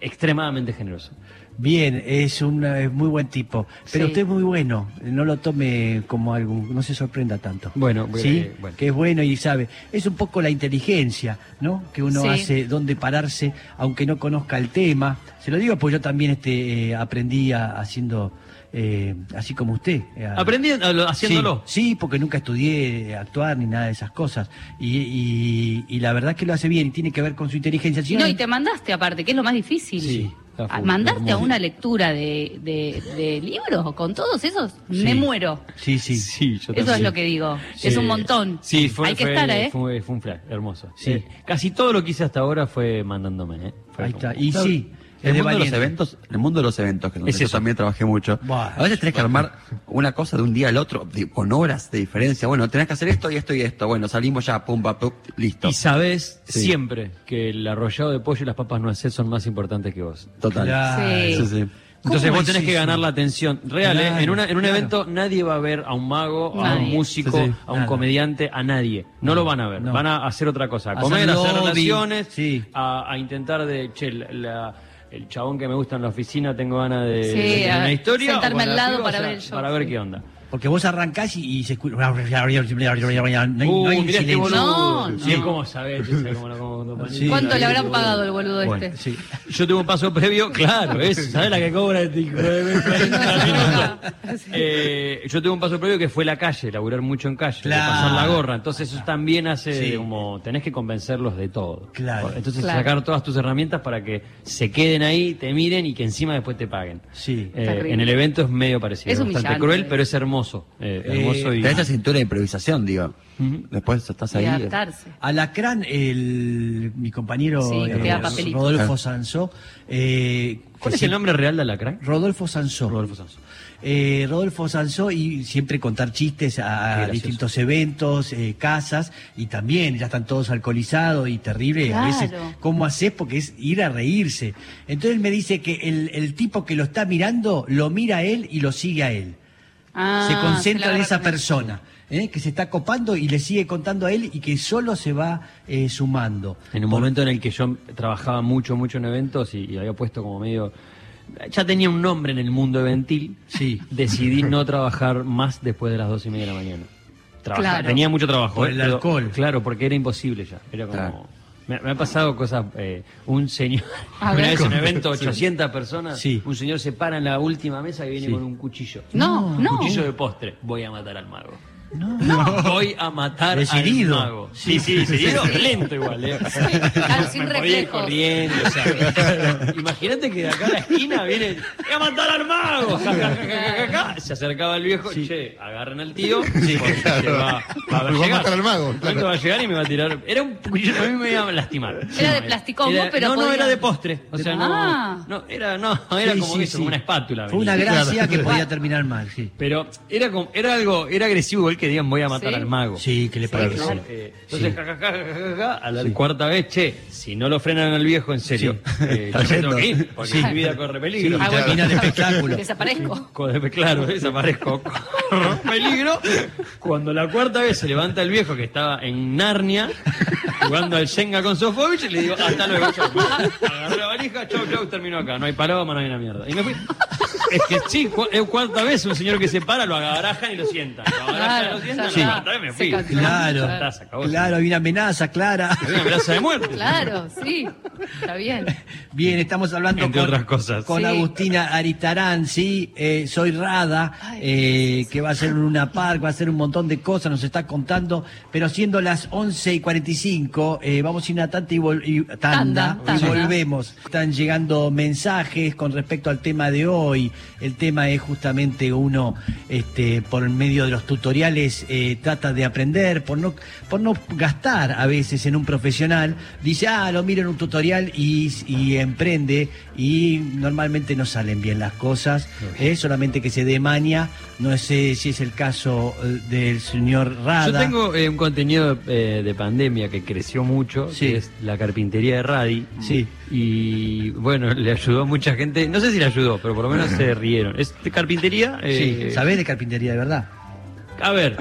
Speaker 2: extremadamente generoso.
Speaker 1: Bien, es un es muy buen tipo. Pero
Speaker 3: Sí.
Speaker 1: usted es muy bueno, no lo tome como algo, no se sorprenda tanto.
Speaker 2: Bueno, bueno,
Speaker 1: ¿Sí?
Speaker 2: eh, bueno.
Speaker 1: que es bueno y sabe. Es un poco la inteligencia, ¿no? Que uno
Speaker 3: Sí.
Speaker 1: hace, dónde pararse, aunque no conozca el tema. Se lo digo, pues yo también este, eh, aprendí a- haciendo, eh, así como usted. eh, a-
Speaker 2: Aprendí a lo- haciéndolo.
Speaker 1: Sí, sí, porque nunca estudié eh, actuar ni nada de esas cosas. Y, y- y la verdad es que lo hace bien y tiene que ver con su inteligencia. Si
Speaker 3: Y no,
Speaker 1: no-
Speaker 3: y te mandaste aparte, que es lo más difícil.
Speaker 2: Sí, está
Speaker 3: Ah,
Speaker 2: full,
Speaker 3: ¿Mandaste a
Speaker 2: hermoso.
Speaker 3: una lectura de, de, de libros con todos esos?
Speaker 1: Sí.
Speaker 3: Me muero.
Speaker 1: Sí, sí.
Speaker 2: Sí, yo
Speaker 3: Eso es
Speaker 2: también.
Speaker 3: lo que digo.
Speaker 2: Sí.
Speaker 3: Es un montón.
Speaker 2: Sí, fue,
Speaker 3: Hay que
Speaker 2: fue-
Speaker 3: estar, ¿eh?
Speaker 2: fue- fue un flash, hermoso.
Speaker 1: Sí.
Speaker 2: Eh, casi todo lo que hice hasta ahora fue mandándome, ¿eh? Fue
Speaker 1: Ahí
Speaker 2: como-
Speaker 1: está. Y sí, es
Speaker 5: El
Speaker 1: de
Speaker 5: mundo de los
Speaker 1: valiente.
Speaker 5: eventos, el mundo de los eventos, que donde
Speaker 2: Es
Speaker 5: yo
Speaker 2: eso.
Speaker 5: también trabajé mucho.
Speaker 1: Buah,
Speaker 5: a veces tenés que armar una cosa de un día al otro, de- con horas de diferencia. Bueno, tenés que hacer esto y esto y esto. Bueno, salimos ya, pum, pa, pup, listo.
Speaker 2: Y sabes
Speaker 5: Sí.
Speaker 2: siempre que el arrollado de pollo y las papas no hacés son más importantes que vos.
Speaker 5: Total.
Speaker 1: Claro.
Speaker 3: Sí.
Speaker 5: Sí, sí.
Speaker 2: Entonces
Speaker 1: ¿Cómo
Speaker 2: vos
Speaker 1: es
Speaker 2: tenés que
Speaker 1: eso?
Speaker 2: ganar la atención. Real,
Speaker 1: Claro,
Speaker 2: ¿eh? En, una- en un
Speaker 1: claro.
Speaker 2: evento nadie va a ver a un mago, a un
Speaker 3: Nadie.
Speaker 2: músico,
Speaker 5: Sí, sí.
Speaker 2: a un
Speaker 1: Nada.
Speaker 2: comediante, a nadie. No lo van a ver.
Speaker 1: no.
Speaker 2: Van a hacer otra cosa. A
Speaker 1: Hacer
Speaker 2: comer, a hacer
Speaker 1: lobby.
Speaker 2: relaciones,
Speaker 1: Sí.
Speaker 2: a, a intentar de, che, la- la- el chabón que me gusta en la oficina, tengo ganas de,
Speaker 3: Sí,
Speaker 2: de tener
Speaker 3: a
Speaker 2: una historia.
Speaker 3: sentarme
Speaker 2: o con
Speaker 3: al
Speaker 2: la
Speaker 3: lado
Speaker 2: piba,
Speaker 3: para
Speaker 2: o sea,
Speaker 3: ver el show,
Speaker 2: Para ver
Speaker 3: sí.
Speaker 2: qué onda.
Speaker 1: Porque vos arrancás y, y se escucha. No hay, no hay
Speaker 2: Uy, mirá este
Speaker 1: silencio.
Speaker 2: boludo.
Speaker 3: No, no.
Speaker 2: Sí, ¿cómo sabés? Yo sé cómo lo como con tu
Speaker 1: Sí.
Speaker 3: ¿Cuánto
Speaker 2: panita.
Speaker 3: le habrán pagado al boludo
Speaker 1: Bueno,
Speaker 3: este?
Speaker 1: sí.
Speaker 2: Yo tengo un paso previo, claro, es, ¿sabes la que cobra este hijo de
Speaker 3: Sí.
Speaker 2: Eh, yo tengo un paso previo que fue la calle, laburar mucho en calle, de
Speaker 1: Claro.
Speaker 2: pasar la gorra. Entonces eso también hace
Speaker 1: Sí.
Speaker 2: como tenés que convencerlos de todo.
Speaker 1: Claro.
Speaker 2: Entonces
Speaker 3: Claro.
Speaker 2: sacar todas tus herramientas para que se queden ahí, te miren y que encima después te paguen.
Speaker 1: Sí.
Speaker 2: Eh,
Speaker 3: Terrible.
Speaker 2: en el evento es medio parecido,
Speaker 3: Es
Speaker 2: es bastante
Speaker 3: humillante.
Speaker 2: cruel, pero es hermoso. eh,
Speaker 1: Eh,
Speaker 2: hermoso y...
Speaker 5: Tenés esa cintura de improvisación, digo. Después estás
Speaker 3: Y
Speaker 5: ahí.
Speaker 3: adaptarse.
Speaker 1: Alacrán, el, mi compañero
Speaker 3: Sí,
Speaker 1: eh,
Speaker 3: te da papelito.
Speaker 1: Rodolfo Sansó. eh,
Speaker 2: ¿Cuál es el nombre real de Alacrán?
Speaker 1: Rodolfo Sansó.
Speaker 2: Rodolfo Sansó.
Speaker 1: Eh, Rodolfo Sansó y siempre contar chistes a,
Speaker 2: Qué gracioso.
Speaker 1: distintos eventos, eh, casas, y también ya están todos alcoholizados y terrible. A
Speaker 3: Claro.
Speaker 1: veces, ¿cómo haces? Porque es ir a reírse. Entonces me dice que el, el tipo que lo está mirando lo mira a él y lo sigue a él.
Speaker 3: Ah,
Speaker 1: se
Speaker 3: la
Speaker 1: concentra en
Speaker 3: agarra
Speaker 1: esa
Speaker 3: con él.
Speaker 1: persona ¿eh? que se está copando y le sigue contando a él y que solo se va eh, sumando.
Speaker 2: En un momento en el que yo trabajaba mucho, mucho en eventos y, y había puesto como medio... Ya tenía un nombre en el mundo eventil.
Speaker 1: Sí.
Speaker 2: Decidí no trabajar más después de las dos y media de la mañana. Trabajaba-
Speaker 3: Claro.
Speaker 2: Tenía mucho trabajo.
Speaker 1: Por
Speaker 2: ¿eh?
Speaker 1: el
Speaker 2: Pero-
Speaker 1: alcohol.
Speaker 2: Claro, porque era imposible ya. Era como...
Speaker 5: Claro.
Speaker 2: Me, me ha pasado cosas... eh, un señor...
Speaker 3: A
Speaker 2: una
Speaker 3: ver.
Speaker 2: vez en un evento, 800 personas,
Speaker 1: Sí.
Speaker 2: un señor se para en la última mesa y viene
Speaker 1: Sí.
Speaker 2: con un cuchillo.
Speaker 3: No, no. Ah,
Speaker 2: Cuchillo de postre. Voy a matar al mago.
Speaker 1: No.
Speaker 2: Voy a matar
Speaker 1: Decidido.
Speaker 2: al mago. Sí, sí, decidido. Lento igual, ¿eh?
Speaker 3: Claro, sin
Speaker 2: Me podía ir
Speaker 3: reflejos.
Speaker 2: corriendo, o sea, Imagínate que de acá a la esquina viene. ¡Voy a matar al mago! Ja, ja, ja, ja, ja, ja, ja. Se acercaba el viejo. Che, agarren al tío. porque este va, va
Speaker 4: Porque va a matar al mago,
Speaker 2: Un
Speaker 4: claro.
Speaker 2: momento va a llegar y me va a tirar. Era un cuchillo. A mí me iba a lastimar.
Speaker 3: Era de plasticón,
Speaker 2: Era-
Speaker 3: vos, pero
Speaker 2: No, no,
Speaker 3: podía-
Speaker 2: era de postre. O sea,
Speaker 3: Ah.
Speaker 2: no. No, era, no, era
Speaker 1: Sí,
Speaker 2: como
Speaker 1: sí,
Speaker 2: eso,
Speaker 1: sí.
Speaker 2: como una espátula.
Speaker 1: Fue una
Speaker 2: venía.
Speaker 1: gracia
Speaker 4: Claro.
Speaker 1: que podía terminar mal, sí.
Speaker 2: Pero era como, era algo, era agresivo igual que digan voy a matar
Speaker 3: Sí.
Speaker 2: al mago.
Speaker 1: Sí, que le parece.
Speaker 3: claro.
Speaker 2: Eh, entonces, ja, ja, ja, ja, ja, ja, a la cuarta vez, che, si no lo frenan al viejo, en serio, eh, yo me tengo que ir, porque mi vida corre peligro.
Speaker 3: Ah, bueno.
Speaker 1: Termina el espectáculo.
Speaker 3: Desaparezco.
Speaker 2: Corre- Claro, desaparezco, corro peligro. Cuando la cuarta vez se levanta el viejo que estaba en Narnia, jugando al Shenga con Sofovich, y le digo, hasta luego, chau. Agarré la valija, chau, chau, termino acá. No hay paloma, no hay una mierda. Y me fui. Es que sí, cu- es cuarta vez un señor que se para, lo agarrajan y lo sientan. Lo agarrajan y
Speaker 3: Claro,
Speaker 2: lo sientan,
Speaker 3: sí.
Speaker 2: la cuarta vez me
Speaker 3: Se
Speaker 2: fui.
Speaker 3: cansó.
Speaker 1: Claro,
Speaker 2: Ya está, se acabó.
Speaker 1: claro, hay una amenaza clara.
Speaker 2: Es una amenaza de muerte.
Speaker 3: Claro, sí. Está bien.
Speaker 1: Bien, estamos hablando
Speaker 2: Entre
Speaker 1: con,
Speaker 2: otras cosas.
Speaker 1: con
Speaker 3: Sí.
Speaker 1: Agustina Aritarán, sí, eh, soy Rada,
Speaker 3: Ay,
Speaker 1: eh, que va a hacer una par, va a hacer un montón de cosas, nos está contando, pero siendo las 11 y 45, eh, vamos a ir a tanta y, vol- y- tanda,
Speaker 3: Tanda,
Speaker 1: y
Speaker 3: tanda.
Speaker 1: volvemos. Están llegando mensajes con respecto al tema de hoy. El tema es justamente uno, este, por medio de los tutoriales, eh, trata de aprender, por no, por no gastar a veces en un profesional. Dice, ah, lo miro en un tutorial y, y emprende y normalmente no salen bien las cosas. eh, solamente que se dé maña. No sé si es el caso eh, del señor Rada.
Speaker 2: Yo tengo eh, un contenido eh, de pandemia que creció mucho,
Speaker 1: Sí.
Speaker 2: que es la carpintería de Radi.
Speaker 1: Sí.
Speaker 2: Y bueno, le ayudó a mucha gente. No sé si le ayudó, pero por lo menos se rieron. Es de carpintería. eh,
Speaker 1: Sí, ¿sabés de carpintería de verdad?
Speaker 2: A ver.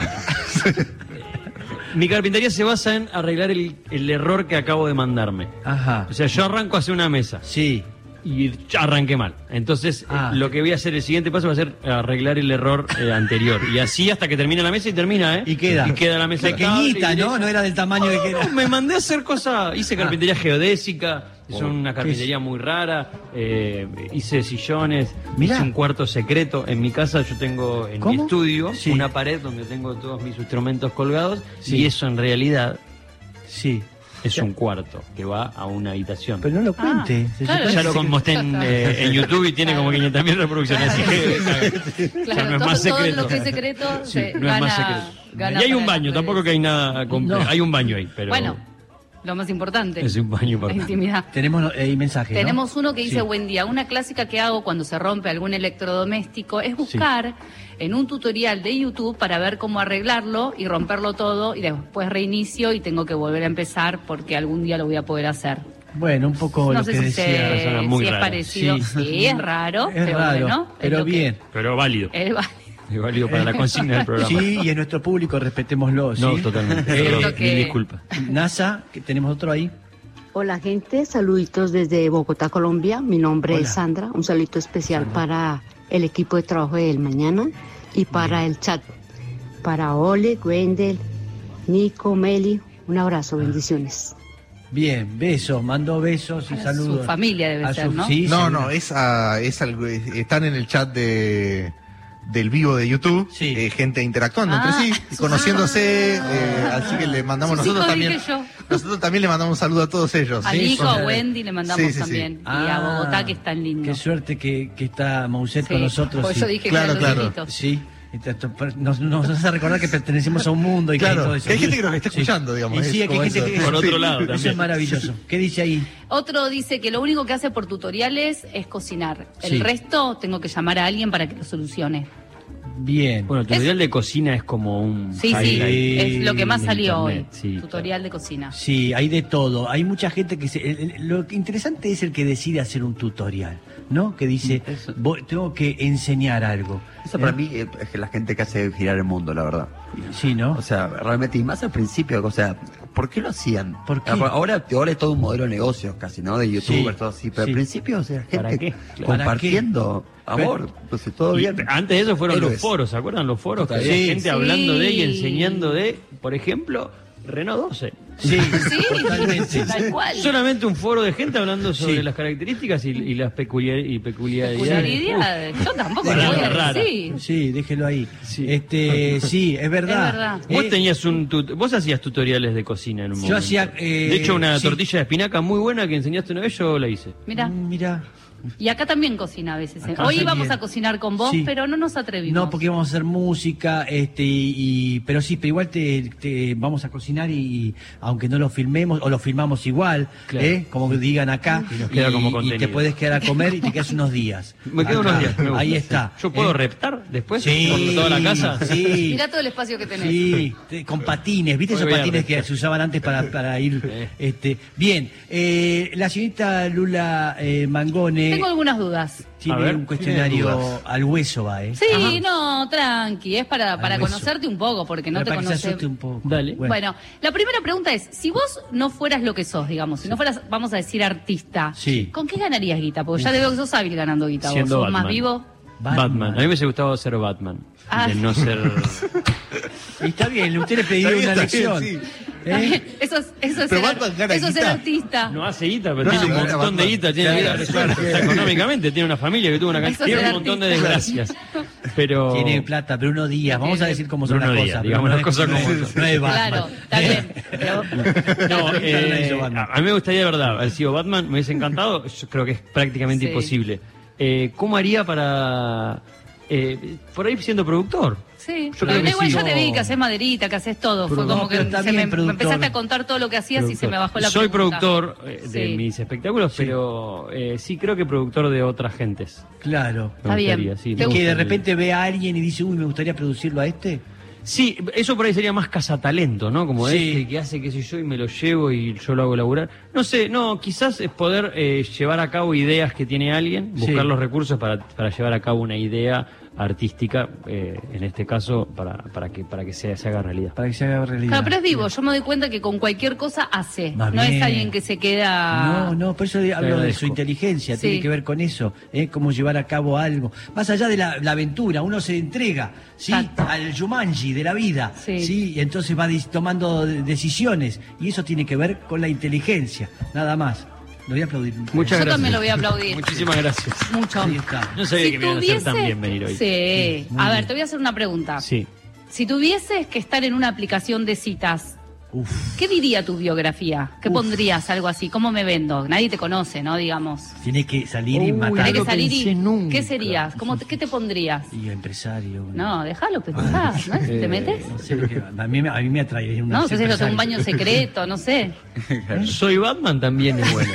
Speaker 2: Mi carpintería se basa en arreglar el, el error que acabo de mandarme.
Speaker 1: Ajá.
Speaker 2: O sea, yo arranco a hacer una mesa.
Speaker 1: Sí.
Speaker 2: y arranqué mal. Entonces, eh,
Speaker 1: Ah.
Speaker 2: lo que voy a hacer, el siguiente paso va a ser arreglar el error eh, anterior. Y así hasta que termina la mesa y termina, ¿eh?
Speaker 1: Y queda.
Speaker 2: Y queda la mesa
Speaker 1: Pequeñita,
Speaker 2: estable y-
Speaker 1: ¿no? Ah. No era del tamaño de que
Speaker 2: No,
Speaker 1: era.
Speaker 2: me mandé a hacer cosas, hice carpintería geodésica,
Speaker 1: Oh,
Speaker 2: es una carpintería muy rara, eh, hice sillones,
Speaker 1: Mirá.
Speaker 2: hice un cuarto secreto. En mi casa yo tengo en mi
Speaker 1: ¿Cómo?
Speaker 2: estudio
Speaker 1: Sí.
Speaker 2: una pared donde tengo todos mis instrumentos colgados
Speaker 1: Sí.
Speaker 2: y eso en realidad
Speaker 1: Sí.
Speaker 2: es un cuarto que va a una habitación.
Speaker 1: Pero no lo
Speaker 3: Ah,
Speaker 1: cuente. Se
Speaker 3: claro.
Speaker 1: supone
Speaker 2: ya lo
Speaker 1: que-
Speaker 2: mostré en, eh, en YouTube y tiene como 500.000 reproducciones. así que, ya
Speaker 3: Claro,
Speaker 2: no es
Speaker 3: todo,
Speaker 2: más
Speaker 3: todo
Speaker 2: secreto.
Speaker 3: lo que es secreto
Speaker 2: Sí,
Speaker 3: se
Speaker 2: no es
Speaker 3: gana,
Speaker 2: más secreto.
Speaker 3: gana
Speaker 2: y hay un
Speaker 3: para
Speaker 2: baño,
Speaker 3: las
Speaker 2: tampoco que
Speaker 3: redes.
Speaker 2: hay nada. comple-
Speaker 1: No.
Speaker 2: Hay un baño ahí, pero.
Speaker 3: Bueno, lo más importante.
Speaker 2: Es un baño para-
Speaker 3: La intimidad.
Speaker 1: Tenemos eh, mensajes. ¿no?
Speaker 3: Tenemos uno que dice
Speaker 1: Sí.
Speaker 3: buen día. Una clásica que hago cuando se rompe algún electrodoméstico es buscar en un tutorial de YouTube para ver cómo arreglarlo y romperlo todo y después reinicio y tengo que volver a empezar porque algún día lo voy a poder hacer.
Speaker 1: Bueno, un
Speaker 2: Oh,
Speaker 1: poco
Speaker 3: no
Speaker 1: lo
Speaker 3: sé
Speaker 1: que
Speaker 3: si,
Speaker 1: decía.
Speaker 3: se-
Speaker 2: suena muy
Speaker 3: si es
Speaker 2: raro.
Speaker 3: parecido.
Speaker 1: Sí.
Speaker 3: Sí. es raro,
Speaker 1: Es
Speaker 3: pero
Speaker 1: raro,
Speaker 3: bueno. es
Speaker 1: pero
Speaker 3: lo que-
Speaker 1: bien.
Speaker 2: Pero válido.
Speaker 3: es válido.
Speaker 2: Es válido para la consigna del programa.
Speaker 1: Sí, y en nuestro público respetémoslo. ¿sí?
Speaker 2: No, totalmente.
Speaker 1: Eh,
Speaker 2: Perdón,
Speaker 3: que-
Speaker 2: mil disculpas.
Speaker 1: NASA, que tenemos otro ahí.
Speaker 6: Hola gente, saluditos desde Bogotá, Colombia. Mi nombre
Speaker 1: Hola.
Speaker 6: es Sandra. Un saludo especial para el equipo de trabajo del mañana y para el chat. Para Ole, Gwendel, Nico, Meli. Un abrazo, bendiciones.
Speaker 1: Bien, besos, mandó besos y
Speaker 3: A su
Speaker 1: saludos.
Speaker 3: familia debe ser, ¿no?
Speaker 1: sí,
Speaker 4: No,
Speaker 1: seguro.
Speaker 4: no, es, a- es algo- es- están en el chat de del vivo de YouTube,
Speaker 1: Sí.
Speaker 4: eh, gente interactuando
Speaker 3: Ah,
Speaker 4: entre sí, y conociéndose, eh, así que le mandamos
Speaker 3: Sus
Speaker 4: nosotros
Speaker 3: hijos, dije
Speaker 4: también.
Speaker 3: yo.
Speaker 4: Nosotros también le mandamos un saludo a todos
Speaker 1: Pues
Speaker 4: ellos.
Speaker 3: A
Speaker 4: Sí,
Speaker 3: Nico, a
Speaker 4: son-
Speaker 3: Wendy le mandamos
Speaker 4: Sí, sí, sí.
Speaker 3: también. Y a
Speaker 1: Ah,
Speaker 3: Bogotá, que es tan lindo.
Speaker 1: Qué suerte que, que está Mauset
Speaker 3: Sí,
Speaker 1: con nosotros.
Speaker 3: por
Speaker 1: sí.
Speaker 3: eso dije
Speaker 4: Claro,
Speaker 3: que eran los
Speaker 4: claro.
Speaker 3: hijitos.
Speaker 1: Sí, entonces, per- pues, nos, nos hace recordar que pertenecemos a un mundo y que
Speaker 4: Claro,
Speaker 1: todo
Speaker 4: que
Speaker 1: eso.
Speaker 4: hay gente que nos está
Speaker 1: Sí.
Speaker 4: escuchando,
Speaker 1: Y sí,
Speaker 4: digamos. es
Speaker 1: que hay
Speaker 4: como
Speaker 1: gente
Speaker 4: eso.
Speaker 1: que-
Speaker 2: Por otro lado
Speaker 1: Eso es
Speaker 2: también.
Speaker 1: maravilloso. ¿Qué dice ahí?
Speaker 3: Otro dice que lo único que hace por tutoriales es cocinar. El
Speaker 1: Sí.
Speaker 3: resto tengo que llamar a alguien para que lo solucione.
Speaker 1: Bien.
Speaker 2: Bueno, tutorial de cocina es como un.
Speaker 3: Sí, sí,
Speaker 1: ahí.
Speaker 2: highlight.
Speaker 3: es lo que más
Speaker 2: En
Speaker 3: salió
Speaker 2: internet,
Speaker 3: hoy.
Speaker 2: sí,
Speaker 3: tutorial de cocina.
Speaker 1: Sí, hay de todo. Hay mucha gente que se, el- el- lo que interesante es el que decide hacer un tutorial, ¿no? Que dice,
Speaker 5: Eso.
Speaker 1: "Voy- tengo que enseñar algo.
Speaker 5: Eso para mí eh, es que la gente que hace girar el mundo, la verdad.
Speaker 1: Sí, ¿no?
Speaker 5: O sea, realmente, y más al principio, o sea, ¿por qué lo hacían?
Speaker 1: ¿Por qué?
Speaker 5: Ahora, ahora es todo un modelo de negocios casi, ¿no? De youtubers,
Speaker 1: Sí,
Speaker 5: todo así, pero
Speaker 1: sí.
Speaker 5: al principio, o sea,
Speaker 2: ¿Para
Speaker 5: gente
Speaker 2: qué?
Speaker 1: ¿Para
Speaker 5: compartiendo amor, entonces todo
Speaker 2: Y
Speaker 5: bien.
Speaker 2: antes de eso fueron los
Speaker 4: Héroes.
Speaker 2: foros, ¿se acuerdan? Los foros que
Speaker 5: Sí.
Speaker 2: había gente
Speaker 3: Sí.
Speaker 2: hablando de y enseñando de, por ejemplo, Renault 12.
Speaker 1: Sí,
Speaker 3: Sí,
Speaker 1: totalmente.
Speaker 3: tal cual.
Speaker 2: Solamente un foro de gente hablando sobre
Speaker 1: Sí.
Speaker 2: las características y, y las peculiar- y peculiaridades.
Speaker 3: Peculiaridades. Yo tampoco
Speaker 2: Rara,
Speaker 3: lo voy a
Speaker 2: rara.
Speaker 3: decir.
Speaker 1: Sí, déjelo ahí.
Speaker 2: Sí.
Speaker 1: Este, sí, es verdad.
Speaker 3: Es verdad.
Speaker 2: Uf. Vos
Speaker 1: Eh,
Speaker 2: tenías un tut- vos hacías tutoriales de cocina en un
Speaker 1: Yo
Speaker 2: momento.
Speaker 1: hacía, eh,
Speaker 2: de hecho, una
Speaker 1: sí.
Speaker 2: tortilla de espinaca muy buena que enseñaste una vez, yo la hice.
Speaker 3: Mira,
Speaker 1: mm, Mira.
Speaker 3: y acá también cocina a veces. ¿eh?
Speaker 1: Acá
Speaker 3: Hoy
Speaker 1: también.
Speaker 3: íbamos a cocinar con vos,
Speaker 1: Sí.
Speaker 3: pero no nos atrevimos.
Speaker 1: No, porque vamos a hacer música, este, y, y- pero sí, pero igual te, te- vamos a cocinar y, y aunque no lo filmemos o lo filmamos igual,
Speaker 2: Claro.
Speaker 1: ¿eh? como digan acá, y,
Speaker 2: nos queda como
Speaker 1: y te
Speaker 2: contenido.
Speaker 1: puedes quedar a comer y te quedas unos días.
Speaker 2: Me quedo
Speaker 1: Acá.
Speaker 2: unos días. me gusta.
Speaker 1: Ahí está.
Speaker 2: ¿Yo puedo
Speaker 1: ¿eh?
Speaker 2: reptar después?
Speaker 1: Sí,
Speaker 2: ¿Por toda la casa?
Speaker 1: Sí.
Speaker 3: Mirá todo el espacio que tenés.
Speaker 1: Sí, te- con patines, ¿viste
Speaker 2: Muy
Speaker 1: esos
Speaker 2: bien.
Speaker 1: patines que se usaban antes para, para ir? Este, bien, eh, la señorita Lula eh, Mangone
Speaker 3: Tengo algunas dudas.
Speaker 1: tiene
Speaker 2: A ver,
Speaker 1: un
Speaker 4: tiene
Speaker 1: cuestionario
Speaker 4: dudas.
Speaker 1: al hueso, va, ¿eh?
Speaker 3: Sí, no, tranqui, es para, para
Speaker 1: Al hueso.
Speaker 3: conocerte un poco, porque no
Speaker 1: Para
Speaker 3: te
Speaker 1: que se
Speaker 3: conoces.
Speaker 1: asuste un poco.
Speaker 2: Dale.
Speaker 1: Bueno,
Speaker 3: Bueno. la primera pregunta es, si vos no fueras lo que sos, digamos, si no fueras, vamos a decir, artista,
Speaker 1: Sí.
Speaker 3: ¿con qué ganarías guita? Porque ya te veo que sos hábil ganando guita, vos
Speaker 2: Siendo
Speaker 3: sos más
Speaker 2: Batman.
Speaker 3: vivo.
Speaker 2: Batman.
Speaker 1: Batman.
Speaker 2: A mí me hubiese gustado ser Batman.
Speaker 3: Ah.
Speaker 2: De no ser.
Speaker 1: y está bien, usted le pidió
Speaker 4: Está bien,
Speaker 1: una
Speaker 4: está bien,
Speaker 1: lección. ¿Eh?
Speaker 3: Eso es, eso es ser,
Speaker 4: Pero Batman gana
Speaker 3: eso es ser
Speaker 4: guita.
Speaker 3: artista.
Speaker 2: No hace guita, pero
Speaker 4: No
Speaker 2: tiene
Speaker 4: hace
Speaker 2: un
Speaker 4: guita,
Speaker 2: montón
Speaker 4: Batman.
Speaker 2: de guita. Tiene
Speaker 4: Claro,
Speaker 2: vida resuelta económicamente, tiene una familia que tuvo una
Speaker 3: Eso
Speaker 2: cantidad. Tiene
Speaker 3: será
Speaker 2: un montón de
Speaker 3: artista.
Speaker 2: desgracias. Pero.
Speaker 1: Tiene plata, Bruno Díaz. Vamos a decir cómo son
Speaker 2: Bruno
Speaker 1: las
Speaker 2: Díaz,
Speaker 1: cosas.
Speaker 2: digamos
Speaker 1: Bruno
Speaker 2: las cosas
Speaker 1: no es-
Speaker 2: como
Speaker 1: no es-
Speaker 2: son.
Speaker 1: No es Batman.
Speaker 3: Claro, está bien. Pero,
Speaker 2: No,
Speaker 1: Nunca la
Speaker 2: eh,
Speaker 1: hizo Batman.
Speaker 2: a a mí me gustaría, de verdad, haber sido Batman, me hubiese encantado, yo creo que es prácticamente
Speaker 3: Sí.
Speaker 2: imposible. Eh, ¿Cómo haría para... eh, por ahí siendo productor?
Speaker 3: sí,
Speaker 2: Yo creo
Speaker 3: pero
Speaker 2: que
Speaker 3: igual
Speaker 2: sí.
Speaker 3: ya te vi que haces maderita, que haces todo. Fue
Speaker 1: Pero
Speaker 3: como
Speaker 1: no,
Speaker 3: que
Speaker 1: pero está
Speaker 3: se me,
Speaker 1: bien,
Speaker 3: me
Speaker 1: productor.
Speaker 3: empezaste a contar todo lo que hacías y se me bajó la
Speaker 2: Soy
Speaker 3: pregunta.
Speaker 2: productor eh, de
Speaker 3: Sí.
Speaker 2: mis espectáculos, pero eh, sí creo que productor de otras gentes.
Speaker 1: Claro.
Speaker 2: Me
Speaker 3: Está bien.
Speaker 2: gustaría, sí,
Speaker 3: ¿Te
Speaker 2: me
Speaker 3: gusta?
Speaker 1: Que
Speaker 2: gustaría.
Speaker 1: de repente ve a alguien y dice, uy, me gustaría producirlo a este.
Speaker 2: Sí, eso por ahí sería más cazatalento, ¿no? Como
Speaker 1: Sí.
Speaker 2: este que hace, qué sé yo, y me lo llevo y yo lo hago laburar. No sé, no, quizás es poder eh, llevar a cabo ideas que tiene alguien, buscar
Speaker 1: Sí.
Speaker 2: los recursos para, para llevar a cabo una idea artística, eh, en este caso, para, para que, para que se, se haga realidad.
Speaker 1: Para que se haga realidad.
Speaker 3: Claro, pero es vivo, yo me doy cuenta que con cualquier cosa hace.
Speaker 1: Más
Speaker 3: no
Speaker 1: bien.
Speaker 3: es alguien que se queda.
Speaker 1: No, no, por eso de- hablo de
Speaker 2: agradezco.
Speaker 1: su inteligencia, tiene
Speaker 3: Sí.
Speaker 1: que ver con eso, ¿eh? cómo llevar a cabo algo. Más allá de la, la aventura, uno se entrega ¿sí?
Speaker 3: Exacto.
Speaker 1: al yumanji de la vida, sí.
Speaker 3: Sí.
Speaker 1: y entonces va dis- tomando de- decisiones, y eso tiene que ver con la inteligencia, nada más. Lo voy a aplaudir.
Speaker 2: Muchas
Speaker 3: yo
Speaker 2: gracias.
Speaker 3: también lo voy a aplaudir.
Speaker 2: Muchísimas gracias.
Speaker 3: Mucho.
Speaker 1: Ahí está.
Speaker 2: No sabía que me iban a hacer tan bien venir hoy.
Speaker 3: Sí. A ver, te voy a hacer una pregunta.
Speaker 2: Sí.
Speaker 3: Si tuvieses que estar en una aplicación de citas,
Speaker 1: Uf,
Speaker 3: ¿qué diría tu biografía? ¿Qué
Speaker 1: Uf.
Speaker 3: pondrías? Algo así. ¿Cómo me vendo? Nadie te conoce, ¿no? Digamos.
Speaker 1: tiene que salir y
Speaker 2: Uy,
Speaker 1: matar.
Speaker 3: Tenés que
Speaker 2: lo
Speaker 3: salir y.
Speaker 2: pensé nunca.
Speaker 3: ¿Qué serías? ¿Cómo te- ¿Qué te pondrías?
Speaker 1: Y empresario.
Speaker 3: No, déjalo pensar, ¿no? ¿Te
Speaker 2: Eh,
Speaker 3: metes?
Speaker 1: No sé, que- a, mí, me- a mí me atrae una-
Speaker 3: No,
Speaker 1: ser
Speaker 3: entonces
Speaker 1: empresario.
Speaker 3: un baño secreto, no sé.
Speaker 2: Soy Batman también es bueno.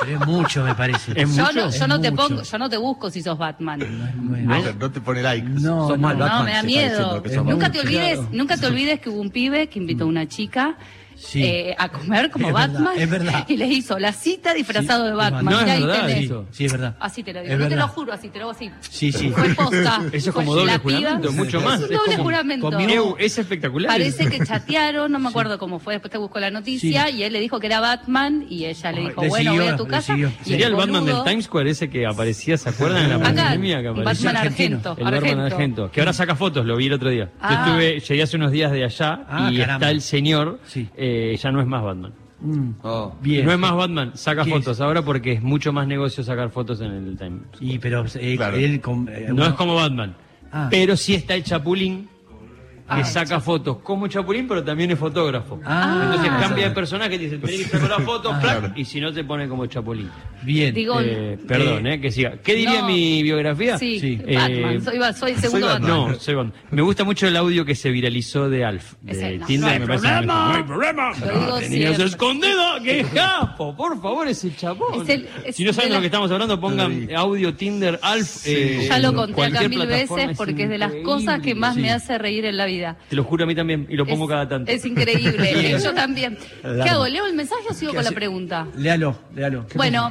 Speaker 1: Pero es mucho, me parece.
Speaker 2: Es
Speaker 3: Yo
Speaker 2: mucho.
Speaker 3: no, yo
Speaker 1: Es
Speaker 3: no te
Speaker 1: mucho.
Speaker 3: pongo, yo no te busco si sos Batman.
Speaker 1: Bueno.
Speaker 4: No, te- no te pone like.
Speaker 1: No,
Speaker 5: Sos mal
Speaker 1: no.
Speaker 5: Batman,
Speaker 3: No, me da
Speaker 5: se está
Speaker 3: miedo.
Speaker 5: diciendo que sos
Speaker 3: Nunca
Speaker 5: Batman.
Speaker 3: te olvides,
Speaker 1: Claro.
Speaker 3: nunca te olvides que hubo un pibe que invitó a una chica
Speaker 1: Sí.
Speaker 3: eh, a comer como
Speaker 1: Es verdad,
Speaker 3: Batman
Speaker 1: es verdad.
Speaker 3: y les hizo la cita disfrazado de Batman.
Speaker 2: No, es
Speaker 3: Y ahí
Speaker 2: verdad
Speaker 3: tenés.
Speaker 2: eso.
Speaker 1: Sí, es verdad.
Speaker 3: Así te lo digo,
Speaker 1: Es
Speaker 3: no te
Speaker 1: verdad.
Speaker 3: lo juro, así te lo hago así.
Speaker 1: Sí, sí.
Speaker 3: Fue posta.
Speaker 2: Eso es
Speaker 3: Fue
Speaker 2: como doble
Speaker 3: la piba.
Speaker 2: juramento, mucho más.
Speaker 3: Es un
Speaker 2: Es
Speaker 3: doble
Speaker 2: como-
Speaker 3: juramento.
Speaker 2: Ew, es espectacular.
Speaker 3: Parece que chatearon, no me acuerdo cómo fue, después te buscó la noticia y él le dijo que era Batman y ella le dijo,
Speaker 1: le
Speaker 3: bueno,
Speaker 1: siguió,
Speaker 3: voy a tu
Speaker 1: le
Speaker 3: casa.
Speaker 1: siguió.
Speaker 3: Y
Speaker 2: Sería el Batman del
Speaker 3: boludo-
Speaker 2: Times Square ese que aparecía, ¿se acuerdan? En la
Speaker 3: Acá,
Speaker 2: pandemia que aparecía.
Speaker 3: Batman
Speaker 1: Argentino.
Speaker 3: Argento.
Speaker 2: El Batman Argento, que ahora saca fotos, lo vi el otro día.
Speaker 3: Ah.
Speaker 2: Yo estuve, llegué hace unos días de allá
Speaker 1: Ah,
Speaker 2: y
Speaker 1: caramba.
Speaker 2: está el señor,
Speaker 1: Sí.
Speaker 2: eh, ya no es más Batman.
Speaker 1: Mm.
Speaker 5: Oh.
Speaker 1: Bien.
Speaker 2: No es más Batman, saca
Speaker 1: ¿Qué
Speaker 2: fotos ahora porque es mucho más negocio sacar fotos en el Times.
Speaker 1: Y pero eh,
Speaker 4: Claro.
Speaker 1: él con- eh,
Speaker 2: No
Speaker 1: uno-
Speaker 2: es como Batman,
Speaker 1: Ah.
Speaker 2: pero sí está el Chapulín, que saca fotos como Chapulín, pero también es fotógrafo.
Speaker 1: Ah.
Speaker 2: Entonces
Speaker 1: Ah.
Speaker 2: cambia de personaje, te dice, tenés que sacar la foto,
Speaker 4: Ah.
Speaker 2: flac",
Speaker 4: Claro.
Speaker 2: y si no te pone como Chapulín.
Speaker 1: Bien.
Speaker 3: Digo- Gol.
Speaker 2: Eh, perdón, eh, que siga. ¿Qué diría
Speaker 3: No.
Speaker 2: mi biografía?
Speaker 3: Sí,
Speaker 1: Sí.
Speaker 3: Batman,
Speaker 2: Eh,
Speaker 3: soy, ba- soy el segundo
Speaker 4: soy
Speaker 3: Batman.
Speaker 4: Batman.
Speaker 2: No, soy Batman. Me gusta mucho el audio que se viralizó de Alf, de
Speaker 3: Ese, no.
Speaker 2: Tinder.
Speaker 3: No hay
Speaker 2: me parece
Speaker 3: problema.
Speaker 2: mejor. hay
Speaker 3: Lo digo
Speaker 2: problema. Tenías
Speaker 3: siempre.
Speaker 2: escondido, que escapo. Por favor, ese chabón.
Speaker 3: Es el- es
Speaker 2: si no saben de
Speaker 3: de
Speaker 2: lo
Speaker 3: la-
Speaker 2: que estamos hablando, pongan
Speaker 4: Sí.
Speaker 2: audio Tinder Alf. eh,
Speaker 3: Ya lo
Speaker 2: en
Speaker 3: conté acá
Speaker 2: cualquier
Speaker 3: mil
Speaker 2: plataforma,
Speaker 3: veces porque es de las
Speaker 2: increíble.
Speaker 3: cosas que más
Speaker 2: Sí.
Speaker 3: me hace reír en la vida.
Speaker 2: Te lo juro a mí también, y lo pongo
Speaker 3: es,
Speaker 2: cada tanto.
Speaker 3: Es increíble. Yo también. ¿Qué hago? ¿Leo el mensaje o sigo
Speaker 1: ¿Qué
Speaker 3: con la
Speaker 1: hace?
Speaker 3: pregunta?
Speaker 1: Léalo, léalo.
Speaker 3: Bueno,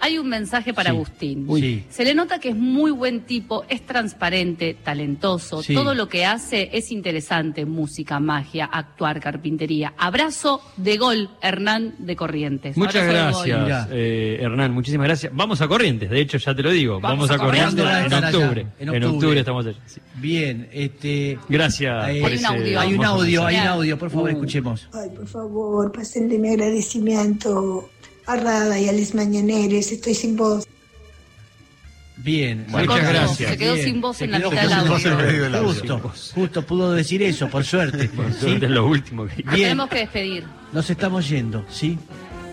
Speaker 3: hay un mensaje para
Speaker 1: Sí.
Speaker 3: Agustín.
Speaker 1: Uy. Sí.
Speaker 3: Se le nota que es muy buen tipo, es transparente, talentoso.
Speaker 1: Sí.
Speaker 3: Todo lo que hace es interesante. Música, magia, actuar, carpintería. Abrazo de gol, Hernán de Corrientes.
Speaker 2: Muchas
Speaker 3: Abrazo de gol.
Speaker 1: Mirá.
Speaker 2: gracias, eh, Hernán. Muchísimas gracias. Vamos a Corrientes, de hecho, ya te lo digo. Vamos,
Speaker 3: Vamos a
Speaker 2: a Corrientes
Speaker 1: Corrientes.
Speaker 2: en
Speaker 1: Vamos a estar
Speaker 2: octubre.
Speaker 1: allá, en
Speaker 2: En
Speaker 1: octubre
Speaker 2: octubre estamos allá. sí.
Speaker 1: Bien, este
Speaker 2: Gracias.
Speaker 1: Hay
Speaker 2: por
Speaker 1: un
Speaker 2: ese
Speaker 3: audio. Uh.
Speaker 1: hay un
Speaker 2: hermoso
Speaker 1: audio, hay
Speaker 2: mensaje.
Speaker 1: un audio, por favor, escuchemos.
Speaker 7: Ay, por favor, pasenle mi agradecimiento a Rada y a los mañaneres. Estoy sin voz.
Speaker 1: Bien.
Speaker 2: Muchas
Speaker 1: Bien.
Speaker 2: gracias.
Speaker 3: Se quedó
Speaker 1: Bien.
Speaker 3: sin voz
Speaker 1: Se
Speaker 3: en la
Speaker 1: quedó
Speaker 3: mitad
Speaker 1: sin
Speaker 3: del
Speaker 4: voz en
Speaker 1: audio.
Speaker 4: el medio del audio.
Speaker 1: Justo, justo pudo decir eso, por suerte.
Speaker 2: Sí, es lo último que
Speaker 3: Nos
Speaker 1: Bien.
Speaker 3: Tenemos que despedir.
Speaker 1: Nos estamos yendo, ¿sí?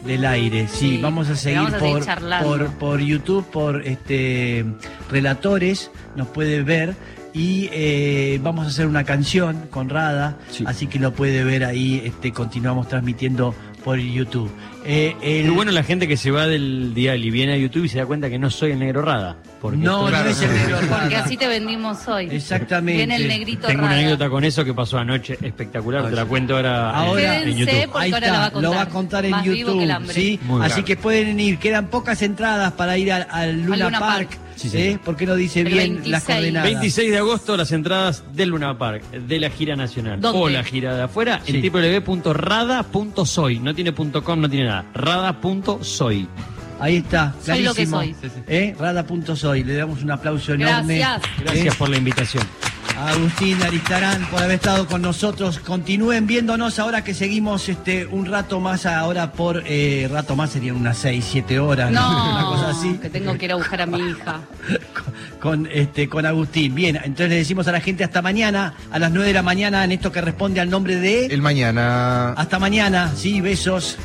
Speaker 1: Del aire, sí.
Speaker 3: Sí,
Speaker 1: vamos a seguir,
Speaker 3: vamos a seguir
Speaker 1: por-
Speaker 3: charlando.
Speaker 1: por, por YouTube, por este relatores, nos puede ver. Y eh, vamos a hacer una canción con Rada, así que lo puede ver ahí. Este, continuamos transmitiendo por YouTube. Eh, el-
Speaker 2: Qué bueno la gente que se va del dial y viene a YouTube y se da cuenta que no soy el negro Rada. Porque
Speaker 1: no,
Speaker 2: estoy-
Speaker 1: no
Speaker 4: Claro.
Speaker 1: es el negro
Speaker 3: Porque
Speaker 1: Rada.
Speaker 3: así te vendimos hoy.
Speaker 1: Exactamente.
Speaker 3: Viene el negrito
Speaker 2: tengo una
Speaker 3: Rada.
Speaker 2: anécdota con eso que pasó anoche espectacular. Te la cuento ahora, eh,
Speaker 1: Ahora-
Speaker 2: en YouTube.
Speaker 3: porque ahora la va a contar.
Speaker 1: lo va a contar en
Speaker 3: Más vivo que el
Speaker 1: YouTube,
Speaker 3: hambre.
Speaker 1: ¿sí?
Speaker 2: Muy
Speaker 1: Así
Speaker 2: claro.
Speaker 1: que pueden ir, quedan pocas entradas para ir al, al Luna,
Speaker 3: Luna
Speaker 1: Park,
Speaker 3: Park.
Speaker 2: Sí,
Speaker 1: ¿eh?
Speaker 2: señor.
Speaker 1: porque no dice
Speaker 3: El
Speaker 1: bien las
Speaker 3: 26.
Speaker 1: coordenadas.
Speaker 2: 26 de agosto las entradas del Luna Park, de la gira nacional
Speaker 3: ¿Dónde?
Speaker 2: o la gira de afuera
Speaker 1: Sí.
Speaker 2: en www.rada.soy. No tiene punto .com, no tiene nada. Rada.soy.
Speaker 1: Ahí está,
Speaker 3: Soy lo que
Speaker 1: clarísimo.
Speaker 3: soy. Sí,
Speaker 1: ¿Eh? Rada.soy, le damos un aplauso enorme.
Speaker 3: Gracias.
Speaker 2: Gracias
Speaker 1: ¿eh?
Speaker 2: por la invitación.
Speaker 1: A Agustín Aristarán por haber estado con nosotros. Continúen viéndonos ahora que seguimos este un rato más ahora por eh, rato más serían unas 6, 7 horas, una
Speaker 3: No,
Speaker 1: cosa así.
Speaker 3: que tengo que ir a buscar a mi hija.
Speaker 1: con este con Agustín. Bien, entonces le decimos a la gente hasta mañana, a las 9 de la mañana, en esto que responde al nombre de
Speaker 4: El mañana.
Speaker 1: Hasta mañana, sí, besos.